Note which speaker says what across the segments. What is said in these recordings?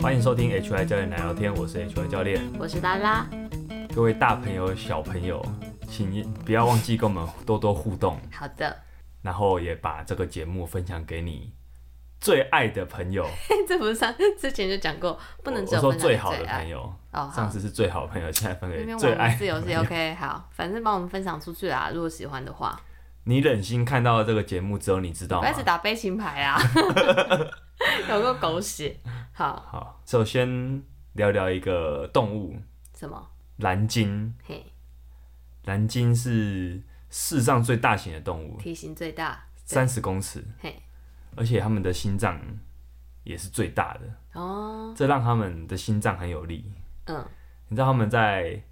Speaker 1: 欢迎收听 HY 教练来聊天，我是 HY 教练。
Speaker 2: 我是拉拉，
Speaker 1: 各位大朋友、小朋友，请不要忘记跟我们多多互动，
Speaker 2: 好的，
Speaker 1: 然后也把这个节目分享给你最爱的朋友，
Speaker 2: 这不是上之前就讲过，不能
Speaker 1: 我
Speaker 2: 只有
Speaker 1: 我说
Speaker 2: 分享
Speaker 1: 最
Speaker 2: 给
Speaker 1: 好的
Speaker 2: 爱
Speaker 1: 朋友，
Speaker 2: 哦。
Speaker 1: 上
Speaker 2: 好，
Speaker 1: 次是最好的朋友，现在分
Speaker 2: 这
Speaker 1: 给
Speaker 2: 边
Speaker 1: 最
Speaker 2: 玩
Speaker 1: 爱
Speaker 2: 自由
Speaker 1: 的
Speaker 2: 是
Speaker 1: 朋友
Speaker 2: OK，好，反正帮我们分享出去啦。如果喜欢的话，
Speaker 1: 你忍心看到这个节目只有你知道
Speaker 2: 不
Speaker 1: 吗
Speaker 2: 要一？直打悲情牌 啊，有个狗血。好，
Speaker 1: 好，首先聊聊一个动物
Speaker 2: 什么？
Speaker 1: ——蓝鲸。
Speaker 2: 嘿，
Speaker 1: 蓝鲸是世上最大型的动物，
Speaker 2: 体型最大，
Speaker 1: 三十公尺，
Speaker 2: 嘿，
Speaker 1: 而且它们的心脏也是最大的。
Speaker 2: 哦，
Speaker 1: 这让他们的心脏很有力。
Speaker 2: 嗯，
Speaker 1: 你知道他们在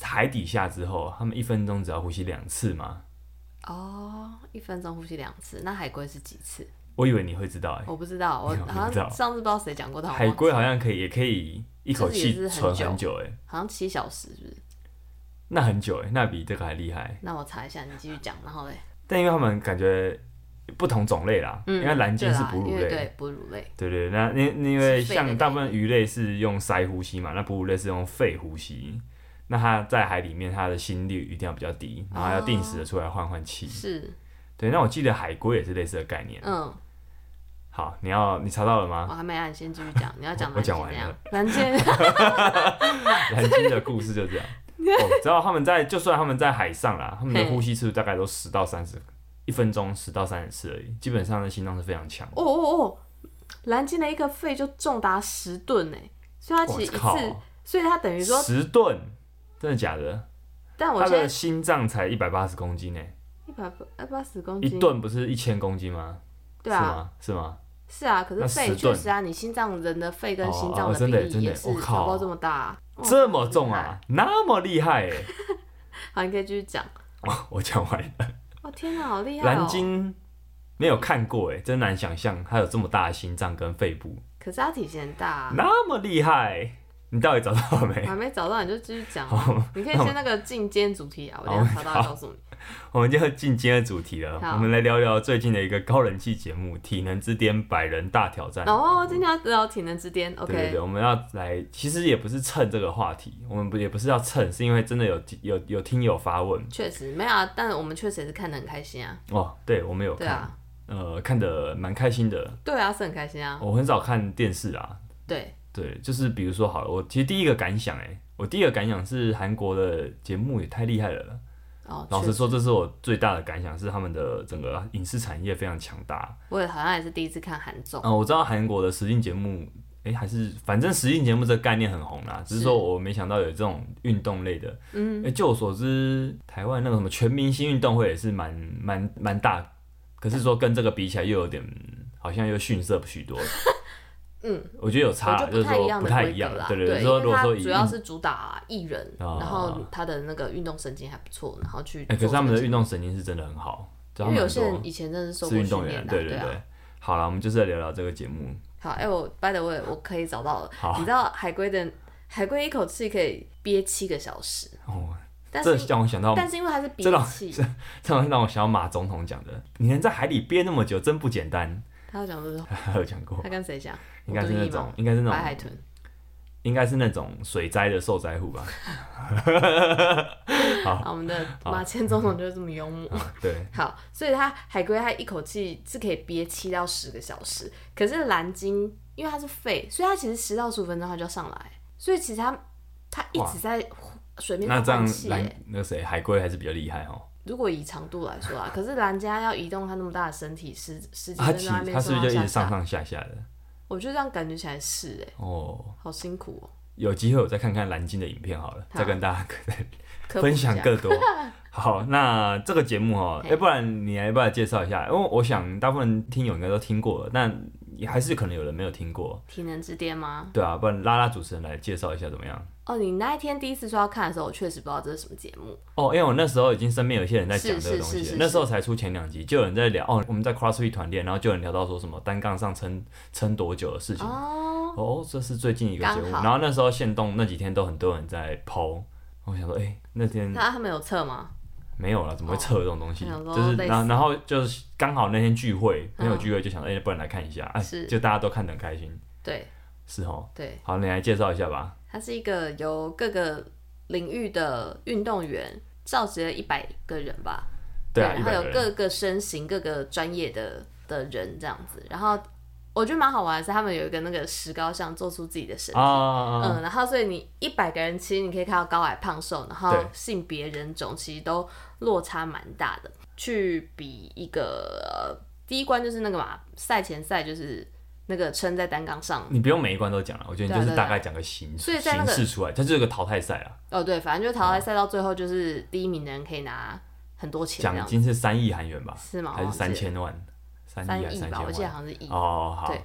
Speaker 1: 海底下之后，他们一分钟只要呼吸两次吗？
Speaker 2: 哦，一分钟呼吸两次，那海龟是几次？
Speaker 1: 我以为你会知道、欸，
Speaker 2: 我不知道，我
Speaker 1: 你不
Speaker 2: 好
Speaker 1: 知道
Speaker 2: 像上次不知道谁讲过的，
Speaker 1: 海龟好像可以，也可以一口气
Speaker 2: 就是也是
Speaker 1: 存
Speaker 2: 很久
Speaker 1: 很久、欸，哎，
Speaker 2: 好像七小时，是不是？
Speaker 1: 那很久、欸，哎，那比这个还厉害。
Speaker 2: 那我查一下，你继续讲，然后嘞，
Speaker 1: 但因为他们感觉不同种类啦，
Speaker 2: 嗯，
Speaker 1: 因为蓝鲸
Speaker 2: 对
Speaker 1: 是
Speaker 2: 啦
Speaker 1: 哺乳
Speaker 2: 因
Speaker 1: 类
Speaker 2: 为，对哺乳类，
Speaker 1: 对对，那因因为
Speaker 2: 是肺的概
Speaker 1: 像
Speaker 2: 念
Speaker 1: 大部分鱼类是用鳃呼吸嘛，那哺乳类是用肺呼吸。那它在海里面，它的心率一定要比较低，然后要定时的出来换换气。
Speaker 2: 哦是，
Speaker 1: 对，那我记得海龟也是类似的概念。
Speaker 2: 嗯，
Speaker 1: 好，你要你查到了
Speaker 2: 我
Speaker 1: 吗？
Speaker 2: 还没按，你先继续讲，你要讲
Speaker 1: 啊我我
Speaker 2: 蓝
Speaker 1: 讲
Speaker 2: 鲸
Speaker 1: 完
Speaker 2: 怎样？蓝鲸，
Speaker 1: 蓝鲸的故事就 这样。我、知道他们在，就算他们在海上啦，他们的
Speaker 2: 嘿
Speaker 1: 呼吸次数大概都十到三十，一分钟十到三十次而已。基本上的心脏是非常强的。
Speaker 2: 哦哦哦，蓝鲸的一个肺就重达十吨呢，所以它哦其实一
Speaker 1: 我靠，
Speaker 2: 次，所以它等于说，
Speaker 1: 十吨，真的假的？
Speaker 2: 但我
Speaker 1: 他
Speaker 2: 现
Speaker 1: 的
Speaker 2: 在
Speaker 1: 心脏才一百八十公斤呢，
Speaker 2: 一百八八十公
Speaker 1: 一
Speaker 2: 斤，
Speaker 1: 吨不是一千公斤吗？
Speaker 2: 对啊，
Speaker 1: 是吗？是吗？
Speaker 2: 是啊，可
Speaker 1: 那
Speaker 2: 是肺
Speaker 1: 10
Speaker 2: 确
Speaker 1: 吨
Speaker 2: 实啊，你心脏人的肺跟心
Speaker 1: 哦
Speaker 2: 脏
Speaker 1: 哦真的耶
Speaker 2: 比例也是
Speaker 1: 真的耶我
Speaker 2: 差
Speaker 1: 靠
Speaker 2: 不多这么大啊，哇
Speaker 1: 这么重！啊，那么厉害哎！
Speaker 2: 好，你可以继续讲。
Speaker 1: 哦， 我讲完 了。
Speaker 2: 哦天哪，好厉害哦！
Speaker 1: 蓝鲸没有看过哎，真难想象它有这么大的心脏跟肺部。
Speaker 2: 可是它体型很大啊，
Speaker 1: 那么厉害，你到底找到了
Speaker 2: 我
Speaker 1: 没？
Speaker 2: 还没找到你就继续讲啊。
Speaker 1: 好，
Speaker 2: 你可以先那个进阶主题啊，我等一下查到告诉你。
Speaker 1: 我们就要进今天的主题了。
Speaker 2: 好
Speaker 1: 我们来聊聊最近的一个高人气节目《体能之巅百人大挑战》。
Speaker 2: 哦，今天要聊体能之巅
Speaker 1: 对对
Speaker 2: ，OK，
Speaker 1: 对，我们要来，其实也不是蹭这个话题，我们不也不是要蹭，是因为真的有有有听友发问
Speaker 2: 确实没有啊，但我们确实也是看得很开心啊，
Speaker 1: 哦，对我们有
Speaker 2: 对
Speaker 1: 看，
Speaker 2: 啊，
Speaker 1: 呃，看的蛮开心的。
Speaker 2: 对啊，是很开心啊，
Speaker 1: 我很少看电视啊，
Speaker 2: 对，
Speaker 1: 对，就是比如说好了，我其实第一个感想、欸，我第一个感想是韩国的节目也太厉害了。
Speaker 2: 哦，
Speaker 1: 老
Speaker 2: 确
Speaker 1: 实说，这是我最大的感想，是他们的整个影视产业非常强大。
Speaker 2: 我也好像也是第一次看韩综，
Speaker 1: 嗯、我知道韩国的实境节目，诶，还是反正实境节目这个概念很红啦，只是
Speaker 2: 是
Speaker 1: 说我没想到有这种运动类的。
Speaker 2: 嗯，
Speaker 1: 诶，就我所知，台湾那个什么全明星运动会也是蛮蛮蛮大，可是说跟这个比起来又有点，好像又逊色许多。
Speaker 2: 嗯，
Speaker 1: 我觉得有差啦，
Speaker 2: 我
Speaker 1: 就
Speaker 2: 就是不太一
Speaker 1: 说
Speaker 2: 样
Speaker 1: 不
Speaker 2: 的
Speaker 1: 太
Speaker 2: 规
Speaker 1: 一
Speaker 2: 格
Speaker 1: 样。
Speaker 2: 啦，
Speaker 1: 对对
Speaker 2: 对，
Speaker 1: 对，说
Speaker 2: 因
Speaker 1: 如果
Speaker 2: 为它
Speaker 1: 说以
Speaker 2: 主要是主打艺人，
Speaker 1: 哦
Speaker 2: 然后他的那个运动神经还不错，然后去
Speaker 1: 诶，哎可
Speaker 2: 做这
Speaker 1: 是
Speaker 2: 个，
Speaker 1: 他们的运动神经是真的很好，就
Speaker 2: 因
Speaker 1: 他们
Speaker 2: 为有
Speaker 1: 很
Speaker 2: 些人
Speaker 1: 多
Speaker 2: 以前真的是受
Speaker 1: 是
Speaker 2: 过
Speaker 1: 运动
Speaker 2: 训
Speaker 1: 员
Speaker 2: 练，的，
Speaker 1: 对
Speaker 2: 对
Speaker 1: 对
Speaker 2: 啊。
Speaker 1: 对。好了，我们就是来聊聊这个节目。
Speaker 2: 好，哎、我 by the way，我可以找到了。
Speaker 1: 好
Speaker 2: 你知道海龟的海龟一口气可以憋七个小时，
Speaker 1: 哦，
Speaker 2: 但
Speaker 1: 这
Speaker 2: 是
Speaker 1: 让我想到，
Speaker 2: 但是因为它是憋
Speaker 1: 这让
Speaker 2: 气，
Speaker 1: 这让我想到马总统讲的：“你能在海里憋那么久，真不简单。
Speaker 2: 他要讲的是”
Speaker 1: 他有讲过
Speaker 2: 他，跟谁讲？
Speaker 1: 应该是那
Speaker 2: 我
Speaker 1: 种
Speaker 2: 同，
Speaker 1: 应该是那
Speaker 2: 白海
Speaker 1: 种，
Speaker 2: 豚。
Speaker 1: 应该是那种水灾的受灾户吧？
Speaker 2: 啊，我们的马前总统就是这么幽默。
Speaker 1: 啊对，
Speaker 2: 好，所以它海龟它一口气是可以憋七到十个小时，可是蓝鲸因为它是肺，所以它其实十到十五分钟它就要上来，所以其实它它一直在水面
Speaker 1: 那
Speaker 2: 上
Speaker 1: 这样
Speaker 2: 换气耶。
Speaker 1: 蓝那个谁海龟还是比较厉害哦。
Speaker 2: 如果以长度来说啊，可是蓝鲸它要移动它那么大的身体，十十几
Speaker 1: 啊他
Speaker 2: 分
Speaker 1: 其
Speaker 2: 钟在
Speaker 1: 他
Speaker 2: 那边
Speaker 1: 是不是就一
Speaker 2: 上
Speaker 1: 直上
Speaker 2: 下，
Speaker 1: 上下下的？
Speaker 2: 我就这样感觉起来是哎、
Speaker 1: 哦，
Speaker 2: 好辛苦哦、
Speaker 1: 有机会我再看看蓝鲸的影片好了，再跟大家
Speaker 2: 科普一
Speaker 1: 分
Speaker 2: 下
Speaker 1: 享更 多。好，那这个节目哦，
Speaker 2: 嘿
Speaker 1: 要不然你来不来介绍一下？因为我想大部分听友应该都听过了，但也还是可能有人没有听过。
Speaker 2: 体能之巅吗？
Speaker 1: 对啊，不然拉拉主持人来介绍一下怎么样？
Speaker 2: 哦，你那一天第一次说要看的时候，我确实不知道这是什么节目。
Speaker 1: 哦，因为我那时候已经身边有一些人在讲
Speaker 2: 是
Speaker 1: 这个东
Speaker 2: 是是
Speaker 1: 西
Speaker 2: 是，
Speaker 1: 那时候才出前两集，就有人在聊哦，我们在 CrossFit 团练，然后就有人聊到说什么单杠上撑撑多久的事情。
Speaker 2: 哦，
Speaker 1: 哦，这是最近一个节目，
Speaker 2: 刚好
Speaker 1: 然后那时候限动那几天都很多人在抛，我想说，哎、那天
Speaker 2: 那他们有测吗？
Speaker 1: 没有了，怎么会测这种东西？
Speaker 2: 哦想说
Speaker 1: 就是
Speaker 2: 类似
Speaker 1: 然后然后就是刚好那天聚会，
Speaker 2: 嗯
Speaker 1: 朋友聚会就想，哎、不然来看一下，哎、
Speaker 2: 是
Speaker 1: 就大家都看得很开心。
Speaker 2: 对，
Speaker 1: 是哦。
Speaker 2: 对，
Speaker 1: 好，你来介绍一下吧。
Speaker 2: 他是一个由各个领域的运动员召集了一百个人吧，
Speaker 1: 对啊，
Speaker 2: 然
Speaker 1: 一
Speaker 2: 后
Speaker 1: 百个
Speaker 2: 有
Speaker 1: 人。
Speaker 2: 各个身形、各个专业的的人这样子，然后我觉得蛮好玩的是，他们有一个那个石膏像做出自己的身体。
Speaker 1: 啊啊啊！啊
Speaker 2: 嗯，然后所以你一百个人，其实你可以看到高矮胖瘦，然后
Speaker 1: 对
Speaker 2: 性别人种其实都落差蛮大的。去比一个、呃第一关就是那个嘛，赛前赛就是那个撑在单杠上，
Speaker 1: 你不用每一关都讲了，我觉得你就
Speaker 2: 对啊对
Speaker 1: 是
Speaker 2: 啊
Speaker 1: 大概讲个形
Speaker 2: 所以
Speaker 1: 式
Speaker 2: 在那
Speaker 1: 形
Speaker 2: 个
Speaker 1: 式出来，它就是个淘汰赛啊，
Speaker 2: 哦对，反正就是淘汰赛到最后就是第一名的人可以拿很多钱这
Speaker 1: 奖
Speaker 2: 样子，
Speaker 1: 金是三亿韩元吧，
Speaker 2: 哦是吗？
Speaker 1: 还
Speaker 2: 我
Speaker 1: 是
Speaker 2: 忘
Speaker 1: 三
Speaker 2: 记了
Speaker 1: 千万？三
Speaker 2: 三
Speaker 1: 亿还是
Speaker 2: 亿
Speaker 1: 三
Speaker 2: 吧，
Speaker 1: 千
Speaker 2: 我记得
Speaker 1: 万？
Speaker 2: 好像是亿。
Speaker 1: 哦，嗯好
Speaker 2: 对，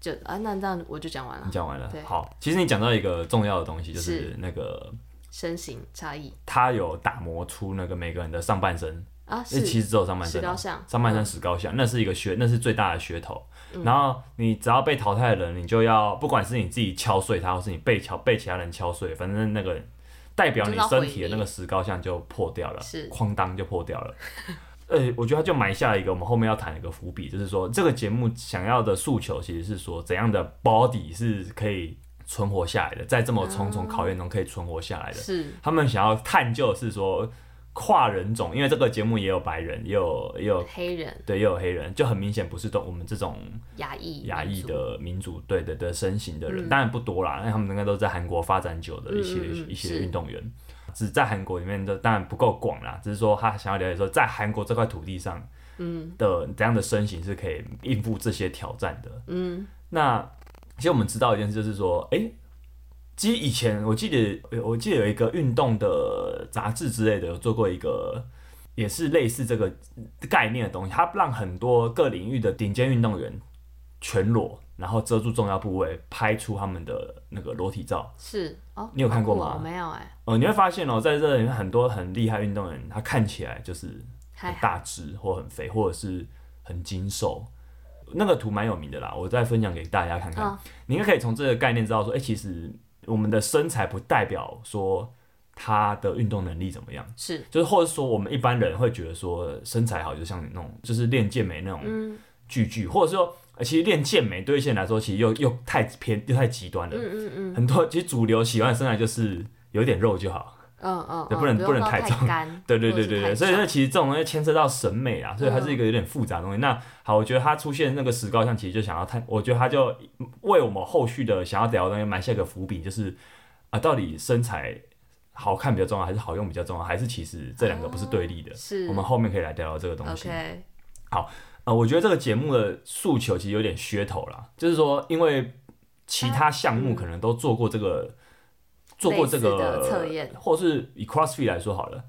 Speaker 2: 就啊，那这样我就讲完了
Speaker 1: 你，讲完了
Speaker 2: 对。
Speaker 1: 好，其实你讲到一个重要的东西，就是
Speaker 2: 是
Speaker 1: 那个
Speaker 2: 身形差异
Speaker 1: 他有打磨出那个每个人的上半身，
Speaker 2: 啊，
Speaker 1: 那其
Speaker 2: 是嗯
Speaker 1: 实只有上半
Speaker 2: 石
Speaker 1: 身哦、
Speaker 2: 膏像，
Speaker 1: 上半身石膏像，那是一个噱，那是最大的噱头。
Speaker 2: 嗯
Speaker 1: 然后你只要被淘汰的人，你就要不管是你自己敲碎它，或是你被敲被其他人敲碎，反正那个代表你身体的那个石膏像就破掉了，
Speaker 2: 是
Speaker 1: 哐当就破掉了。 呃，我觉得他就埋下了一个我们后面要谈的一个伏笔，就是说这个节目想要的诉求其实是说怎样的 body 是可以存活下来的，在这么重重考验中可以存活下来的。
Speaker 2: 是
Speaker 1: 他们想要探究的是说跨人种，因为这个节目也有白人，也有也有
Speaker 2: 黑人
Speaker 1: 对，也有黑人，就很明显不是都我们这种
Speaker 2: 亚裔
Speaker 1: 亚裔
Speaker 2: 民族
Speaker 1: 的民族对的的身形的人，当然不多啦，那他们应该都是在韩国发展久的一些、
Speaker 2: 嗯嗯嗯嗯
Speaker 1: 一些
Speaker 2: 是
Speaker 1: 运动员，只在韩国里面的当然不够广啦，只是说他想要了解说在韩国这块土地上，嗯的怎样的身形是可以应付这些挑战的，嗯，那其实我们知道一件事，就是说，诶，其实以前我记得，我记得有一个运动的杂志之类的，有做过一个也是类似这个概念的东西，它让很多各领域的顶尖运动员全裸，然后遮住重要部位，拍出他们的那个裸体照。
Speaker 2: 是哦，
Speaker 1: 你有看过
Speaker 2: 好酷哦
Speaker 1: 吗
Speaker 2: 我没有哎，
Speaker 1: 呃，你会发现哦、在这里面很多很厉害运动员，他看起来就是很
Speaker 2: 还好
Speaker 1: 大只或很肥，或者是很精瘦。那个图蛮有名的啦，我再分享给大家看看。
Speaker 2: 嗯
Speaker 1: 你应该可以从这个概念知道说，哎、其实我们的身材不代表说他的运动能力怎么样，
Speaker 2: 是
Speaker 1: 就是或者说我们一般人会觉得说身材好，就像那种就是练健美那种
Speaker 2: 嗯
Speaker 1: 巨巨，或者说呃其实练健美对一些人来说，其实又又太偏又太极端了。
Speaker 2: 嗯嗯嗯
Speaker 1: 很多其实主流喜欢的身材就是有点肉就好，
Speaker 2: 嗯嗯，
Speaker 1: 对
Speaker 2: 嗯
Speaker 1: 不能
Speaker 2: 用
Speaker 1: 不能
Speaker 2: 到
Speaker 1: 太
Speaker 2: 太
Speaker 1: 重
Speaker 2: 干，
Speaker 1: 对对
Speaker 2: 或者
Speaker 1: 对
Speaker 2: 是
Speaker 1: 对
Speaker 2: 太
Speaker 1: 对，所以
Speaker 2: 少
Speaker 1: 那其实这种东西牵涉到审美啊，所以它是一个有点复杂的
Speaker 2: 嗯
Speaker 1: 东西。那好，我觉得他出现那个石膏像，其实就想要探，我觉得他就为我们后续的想要聊的东西埋下一个伏笔，就是啊，到底身材好看比较重要，还是好用比较重要，还是其实这两个不是对立的？
Speaker 2: 哦是
Speaker 1: 我们后面可以来聊聊这个东西。
Speaker 2: OK
Speaker 1: 呃，我觉得这个节目的诉求其实有点噱头啦，就是说，因为其
Speaker 2: 嗯
Speaker 1: 他项目可能都做过这个，做过这
Speaker 2: 类似
Speaker 1: 个
Speaker 2: 的测验，
Speaker 1: 或是以 CrossFit 来说好了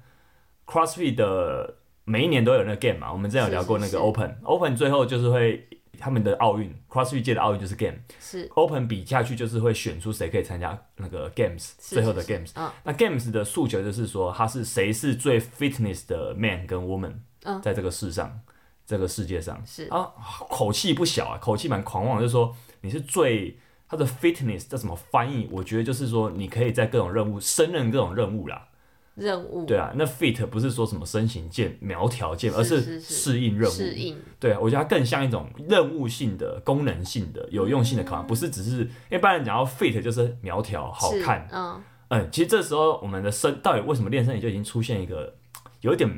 Speaker 1: ，CrossFit 的每一年都有那个 game 嘛，我们之前有聊过那
Speaker 2: 是是
Speaker 1: 个
Speaker 2: 是
Speaker 1: Open，Open 最后就是会他们的奥运，CrossFit 界的奥运就是 game，Open
Speaker 2: 是
Speaker 1: 比下去就是会选出谁可以参加那个 games
Speaker 2: 是
Speaker 1: 最后的
Speaker 2: 是是
Speaker 1: games，
Speaker 2: 嗯
Speaker 1: 那 Games 的诉求就是说，它是谁是最 fitness 的 man 跟 woman，、
Speaker 2: 嗯
Speaker 1: 在这个世上，这个世界上
Speaker 2: 是
Speaker 1: 啊，口气不小啊，口气蛮狂妄的，就是说你是最它的 fitness 叫什么翻译？我觉得就是说你可以在各种任务胜任各种任务啦，
Speaker 2: 任务
Speaker 1: 对啊，那 fit 不是说什么身形健苗条健，而
Speaker 2: 是
Speaker 1: 是
Speaker 2: 是是
Speaker 1: 适应任务，
Speaker 2: 适应
Speaker 1: 对，啊我觉得它更像一种任务性的、功能性的、有用性
Speaker 2: 嗯
Speaker 1: 的考量，不是只是一般人讲到 fit 就是苗条、好
Speaker 2: 是
Speaker 1: 看，
Speaker 2: 嗯
Speaker 1: 嗯，其实这时候我们的身到底为什么练身体就已经出现一个有一点，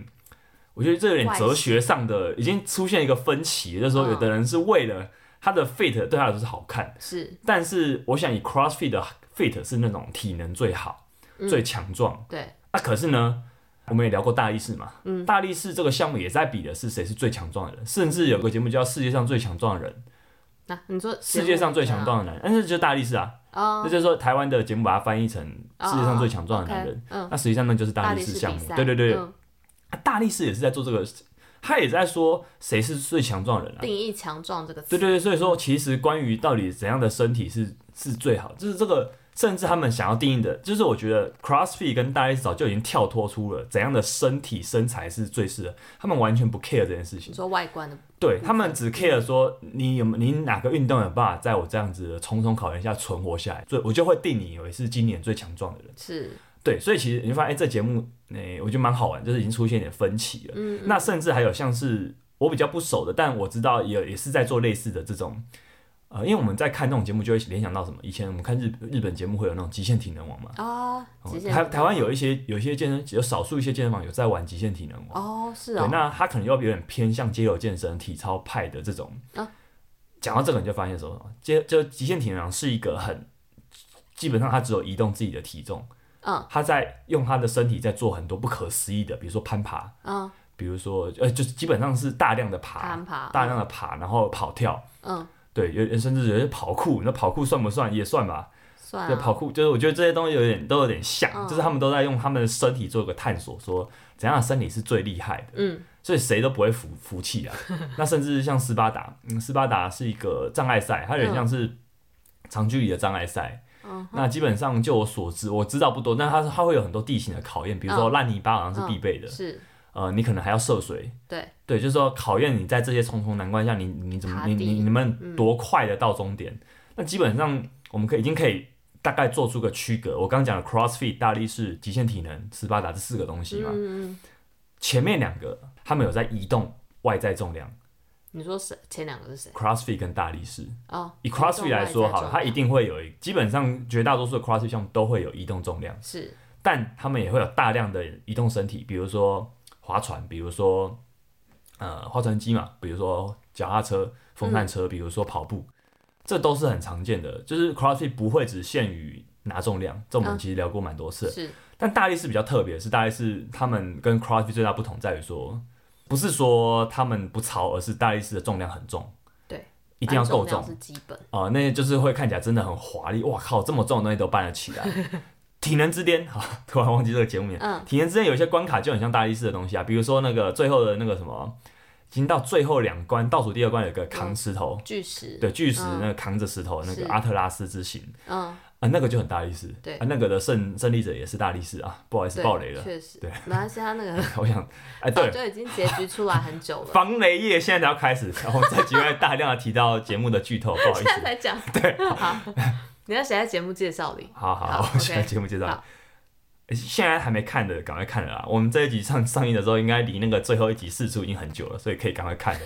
Speaker 1: 我觉得这有点
Speaker 2: 怪
Speaker 1: 哲学上的已经出现一个分歧，就是说
Speaker 2: 嗯
Speaker 1: 有的人是为了他的 fit 对他来说是好看，
Speaker 2: 是
Speaker 1: 但是我想以 CrossFit 的 fit 是那种体能最好、
Speaker 2: 嗯
Speaker 1: 最强壮，
Speaker 2: 对
Speaker 1: 那、可是呢？我们也聊过大力士嘛，
Speaker 2: 嗯
Speaker 1: 大力士这个项目也在比的是谁是最强壮的人，甚至有个节目叫《世界上最强壮的人》，
Speaker 2: 那你说
Speaker 1: 世界上最强
Speaker 2: 的
Speaker 1: 壮的男人，但是就是大力士啊，
Speaker 2: 哦
Speaker 1: 那就是说台湾的节目把它翻译成
Speaker 2: 哦
Speaker 1: 世界上最强壮的男人，
Speaker 2: ，OK，嗯，
Speaker 1: 那实际上那就是大
Speaker 2: 大
Speaker 1: 力
Speaker 2: 力
Speaker 1: 士
Speaker 2: 士
Speaker 1: 项
Speaker 2: 比
Speaker 1: 目，
Speaker 2: 赛
Speaker 1: 对对对，
Speaker 2: 嗯
Speaker 1: 大力士也是在做这个，他也在说谁是最强壮人啊，
Speaker 2: 定义强壮这个词
Speaker 1: 对对对，所以说其实关于到底怎样的身体是是最好，就是这个，甚至他们想要定义的，就是我觉得 CrossFit 跟大力士早就已经跳脱出了怎样的身体身材是最适合，他们完全不 care 这件事情
Speaker 2: 你，说外观的
Speaker 1: 对他们只 care 说你有没你哪个运动有办法在我这样子的重重考验下存活下来，所以我就会定你为是今年最强壮的人。
Speaker 2: 是
Speaker 1: 对，所以其实你会发现，哎、这节目，哎、我觉得蛮好玩，就是已经出现一点分歧了。
Speaker 2: 嗯
Speaker 1: 那甚至还有像是我比较不熟的，但我知道也也是在做类似的这种呃，因为我们在看这种节目，就会联想到什么？以前我们看日日本节目会有那种极限体能王嘛。
Speaker 2: 哦，
Speaker 1: 哦
Speaker 2: 极限
Speaker 1: 台台湾有一些有一些健身有少数一些健身房有在玩极限体能王。
Speaker 2: 哦，是
Speaker 1: 对，
Speaker 2: 哦，
Speaker 1: 那他可能又有点偏向街头健身、体操派的这种。
Speaker 2: 啊
Speaker 1: 讲到这个，你就发现说，街就极限体能王是一个很，基本上他只有移动自己的体重，
Speaker 2: 嗯
Speaker 1: 他在用他的身体在做很多不可思议的，比如说攀爬，
Speaker 2: 嗯，
Speaker 1: 比如说呃，就是基本上是大量的爬，
Speaker 2: 攀爬，
Speaker 1: 大量的爬，然后跑跳。
Speaker 2: 嗯，
Speaker 1: 对，有甚至有些跑酷，那跑酷算不算？也算吧。
Speaker 2: 算
Speaker 1: 对，
Speaker 2: 啊
Speaker 1: 跑酷就是我觉得这些东西有点都有点像，
Speaker 2: 嗯
Speaker 1: 就是他们都在用他们的身体做个探索，说怎样的身体是最厉害的。
Speaker 2: 嗯
Speaker 1: 所以谁都不会服服气啊。那甚至像斯巴达，嗯，斯巴达是一个障碍赛，它有点像是长距离的障碍赛。
Speaker 2: 嗯
Speaker 1: 那基本上就我所知，我知道不多，但它是它会有很多地形的考验，比如
Speaker 2: 嗯
Speaker 1: 说烂泥巴好像是必备的，
Speaker 2: 是，
Speaker 1: 呃，你可能还要涉水。
Speaker 2: 对，
Speaker 1: 对，就是说考验你在这些重重难关下，你你怎么
Speaker 2: 爬
Speaker 1: 你
Speaker 2: 地
Speaker 1: 你你
Speaker 2: 嗯
Speaker 1: 们多快的到终点？那基本上我们可以已经可以大概做出个区隔。我刚刚讲的 CrossFit、大力士、极限体能、斯巴达这四个东西嘛，
Speaker 2: 嗯，
Speaker 1: 前面两个他们有在移动外在重量
Speaker 2: 你说谁？前两个是谁？
Speaker 1: ，CrossFit 跟大力士。
Speaker 2: 哦，
Speaker 1: 以 CrossFit 来说好了，它一
Speaker 2: 定
Speaker 1: 定会有一，基本上绝大多数的 CrossFit 项目都会有移动重量，
Speaker 2: 是
Speaker 1: 但他们也会有大量的移动身体，比如说划船，比如说呃划船机嘛，比如说脚踏车、风扇车，比如说跑步，这都是很常见的。就是 CrossFit 不会只限于拿重量，这我们
Speaker 2: 嗯
Speaker 1: 其实聊过蛮多次了。
Speaker 2: 是，
Speaker 1: 但大力士比较特别，是大力士他们跟 CrossFit 最大不同在于说，不是说他们不潮，而是大力士的重量很重，
Speaker 2: 对，
Speaker 1: 一定要够
Speaker 2: 搬
Speaker 1: 重
Speaker 2: 重量是基本，
Speaker 1: 啊、那些就是会看起来真的很华丽。哇靠，这么重的东西都搬得起来。 体能之巅，好，突然忘记这个节目名了。
Speaker 2: 嗯
Speaker 1: 体能之巅有一些关卡就很像大力士的东西啊，比如说那个最后的那个什么，已经到最后两关，倒数第二关有个扛石头，
Speaker 2: 巨石，
Speaker 1: 对，巨石
Speaker 2: 嗯
Speaker 1: 那个扛着石头、那
Speaker 2: 是
Speaker 1: 个阿特拉斯之行
Speaker 2: 嗯，
Speaker 1: 啊，那个就很大力士。
Speaker 2: 对
Speaker 1: 啊，那个的胜胜利者也是大力士啊，不好意思
Speaker 2: 对，
Speaker 1: 爆雷了。
Speaker 2: 确实，
Speaker 1: 对，
Speaker 2: 没关系，他那个
Speaker 1: 我想，哎，
Speaker 2: 早
Speaker 1: 对，
Speaker 2: 就已经结局出来很 久了，
Speaker 1: 防雷业现在才要开始， 然后这几位大量的提到节目的剧透，不好意
Speaker 2: 现在
Speaker 1: 思。
Speaker 2: 才讲，对，好， 你要写在节目介绍里，
Speaker 1: 好好，
Speaker 2: 好
Speaker 1: 我现在
Speaker 2: OK
Speaker 1: 节目介绍
Speaker 2: 好。
Speaker 1: 现在还没看的，赶快看了啦！我们这一集上上映的时候，应该离那个最后一集试出已经很久了，所以可以赶快 看了。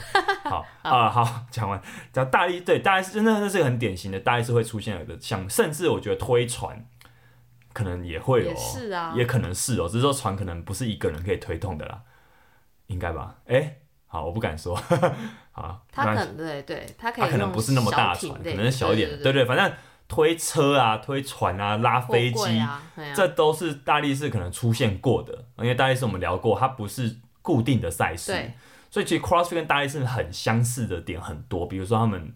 Speaker 1: 好啊、好，讲完。讲大力，对大力士，真的那是个很典型的大力士会出现的项目，甚至我觉得推船可能也会有、哦
Speaker 2: 也是啊
Speaker 1: 也可能是哦，只是说船可能不是一个人可以推动的啦，应该吧？哎、好，我不敢说。 好，
Speaker 2: 他
Speaker 1: 那
Speaker 2: 可能对对，他可以
Speaker 1: 它可能
Speaker 2: 用
Speaker 1: 不是那么大的
Speaker 2: 小艇
Speaker 1: 船，可
Speaker 2: 类
Speaker 1: 能是小一点的，
Speaker 2: 对
Speaker 1: 对对，反正推车啊、推船啊、拉
Speaker 2: 货
Speaker 1: 飞
Speaker 2: 柜
Speaker 1: 机，
Speaker 2: 啊，对啊
Speaker 1: 这都是大力士可能出现过的，因为大力士我们聊过，它不是固定的赛事，
Speaker 2: 对
Speaker 1: 所以其实 CrossFit 跟大力士很相似的点很多，比如说他们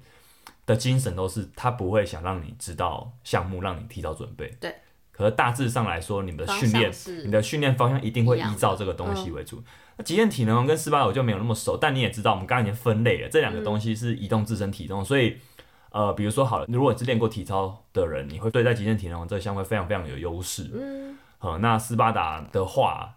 Speaker 1: 的精神都是他不会想让你知道项目，让你提早准备，
Speaker 2: 对。
Speaker 1: 可是大致上来说，你们的
Speaker 2: 方
Speaker 1: 训练
Speaker 2: 向是
Speaker 1: 你的训练方向一定会
Speaker 2: 一样
Speaker 1: 依
Speaker 2: 的嗯
Speaker 1: 照这个东西为主。那极限体能跟斯巴鲁就没有那么熟，但你也知道，我们刚刚已经分类了，这两个东西是移动自身体重，所以呃，比如说好了，如果你是练过体操的人，你会对在极限体能这个项目会非常非常有优势。
Speaker 2: 嗯，
Speaker 1: 好、那斯巴达的话，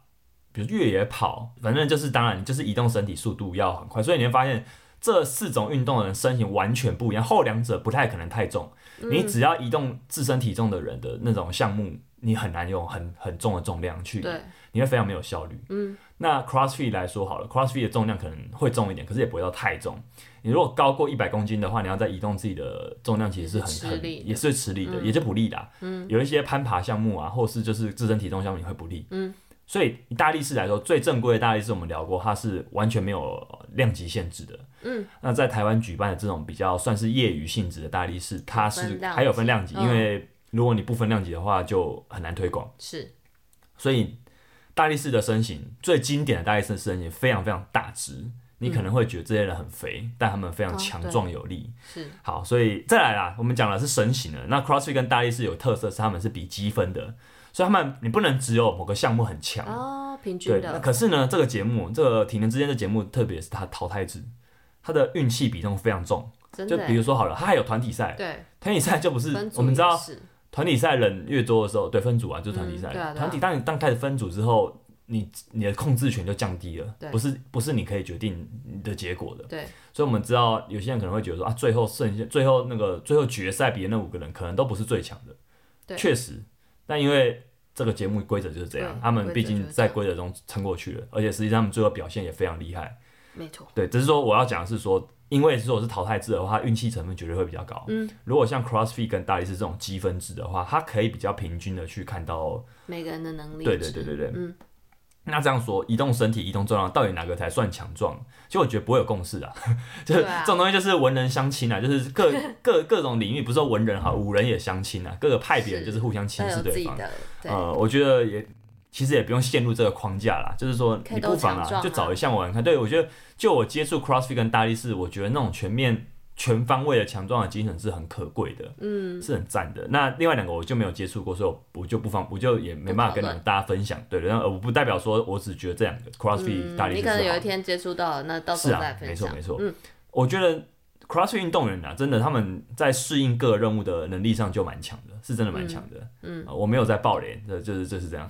Speaker 1: 比如越野跑，反正就是当然就是移动身体速度要很快，所以你会发现。这四种运动的人身形完全不一样，后两者不太可能太重。你只要移动自身体重的人的那种项目，你很难用很很重的重量去
Speaker 2: 对，
Speaker 1: 你会非常没有效率。
Speaker 2: 嗯，
Speaker 1: 那 CrossFit 来说好了，CrossFit 的重量可能会重一点，可是也不会到太重。你如果高过一百公斤的话，你要再移动自己的重量，其实
Speaker 2: 也是
Speaker 1: 很
Speaker 2: 吃
Speaker 1: 很
Speaker 2: 力的嗯
Speaker 1: 也是吃力的，也就不利的啊、有一些攀爬项目啊，或是就是自身体重项目，你会不利。
Speaker 2: 嗯，
Speaker 1: 所以以大力士来说，最正规的大力士我们聊过，它是完全没有量级限制的。
Speaker 2: 嗯，
Speaker 1: 那在台湾举办的这种比较算是业余性质的大力士，它
Speaker 2: 分
Speaker 1: 是
Speaker 2: 量
Speaker 1: 还有分量级，
Speaker 2: 级嗯
Speaker 1: 因为如果你不分量级的话，就很难推广。
Speaker 2: 是
Speaker 1: 所以大力士的身形最经典的大力士的身形非常非常大只，你可能会觉得这些人很肥，但他们非常
Speaker 2: 哦
Speaker 1: 强
Speaker 2: 对
Speaker 1: 壮有力。
Speaker 2: 是，
Speaker 1: 好，所以再来啦，我们讲的是身形了。那 CrossFit 跟大力士有特色是他们是比积分的，所以他们你不能只有某个项目很强。
Speaker 2: 哦，平均
Speaker 1: 对，那
Speaker 2: 的，
Speaker 1: 可是呢，这个节目，这个体能之间的节目，特别是它淘汰制，它的运气比重非常重。
Speaker 2: 真
Speaker 1: 就
Speaker 2: 的
Speaker 1: 比
Speaker 2: 欸，
Speaker 1: 如说好了，它还有团体赛，
Speaker 2: 对，
Speaker 1: 团体赛就不是
Speaker 2: 分
Speaker 1: 我
Speaker 2: 组
Speaker 1: 们
Speaker 2: 也
Speaker 1: 知道
Speaker 2: 是
Speaker 1: 团体赛人越多的时候，对分组啊，就是团体赛。
Speaker 2: 嗯对啊对啊
Speaker 1: 团体当你当开始分组之后，你你的控制权就降低了
Speaker 2: 对，
Speaker 1: 不是不是你可以决定你的结果的。
Speaker 2: 对，
Speaker 1: 所以我们知道有些人可能会觉得说啊，最后剩下最后那个最后决赛比的那五个人可能都不是最强的，
Speaker 2: 对
Speaker 1: 确实。但因为这个节目规则就是这样，
Speaker 2: 对
Speaker 1: 他们毕
Speaker 2: 规则就
Speaker 1: 竟
Speaker 2: 是这
Speaker 1: 在
Speaker 2: 样
Speaker 1: 规则中撑过去了，而且实际上他们最后表现也非常厉害。
Speaker 2: 没错，
Speaker 1: 对，只是说我要讲的是说，因为如果是淘汰制的话，它运气成分绝对会比较高。嗯，如果像 CrossFit 跟大力士这种积分制的话，它可以比较平均的去看到。
Speaker 2: 每个人的能力
Speaker 1: 对
Speaker 2: 值。
Speaker 1: 对对对对，
Speaker 2: 嗯。
Speaker 1: 那这样说，移动身体、移动重量，到底哪个才算强壮？其实我觉得不会有共识啊， 就是
Speaker 2: 对啊
Speaker 1: 这种东西就是文人相亲啊，就是 各各各种领域，不是说文人哈，武人也相亲啊，各个派别
Speaker 2: 是
Speaker 1: 就是互相
Speaker 2: 要
Speaker 1: 轻
Speaker 2: 有
Speaker 1: 视
Speaker 2: 自
Speaker 1: 对
Speaker 2: 己
Speaker 1: 方。
Speaker 2: 的对，
Speaker 1: 呃，我觉得也其实也不用陷入这个框架啦，就是说
Speaker 2: 可以
Speaker 1: 你
Speaker 2: 都
Speaker 1: 不妨
Speaker 2: 强壮啊
Speaker 1: 就找一项玩玩看。对我觉得，就我接触 CrossFit 跟大力士，我觉得那种全面。全方位的强壮的精神是很可贵的，嗯，是很赞的。那另外两个我就没有接触过，所以我我就不方，我就也没办法跟你
Speaker 2: 不讨论嗯
Speaker 1: 们大家分享。对的，那呃我不代表说我只觉得这两个 CrossFit、大力
Speaker 2: 你
Speaker 1: 士
Speaker 2: 可能
Speaker 1: 是
Speaker 2: 有
Speaker 1: 好
Speaker 2: 一
Speaker 1: 的。
Speaker 2: 天接触到了，那到时
Speaker 1: 是啊
Speaker 2: 候再，分
Speaker 1: 没错
Speaker 2: 享。
Speaker 1: 没错。
Speaker 2: 嗯，
Speaker 1: 我觉得 CrossFit 运动员啊，真的他们在适应各个任务的能力上就蛮强的，是真的蛮强的。嗯、我没有在爆雷，这就是就是这样。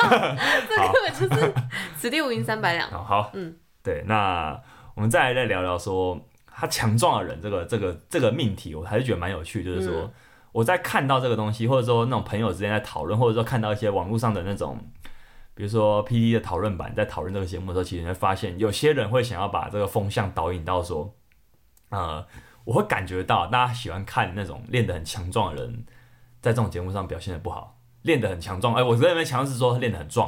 Speaker 2: 这根本就是 此地无银三百两。
Speaker 1: 好好，
Speaker 2: 嗯，
Speaker 1: 对，那我们再来再聊聊说他强壮的人这个这个这个命题，我还是觉得蛮有趣，就是
Speaker 2: 嗯
Speaker 1: 说、我在看到这个东西，或者说那种朋友之间在讨论，或者说看到一些网络上的那种。比如说 P D 的讨论版在讨论这个节目的时候，其实你会发现有些人会想要把这个风向导引到说，呃，我会感觉到大家喜欢看那种练得很强壮的人，在这种节目上表现的不好，练得很强壮。哎、我这边强调是说练得很壮，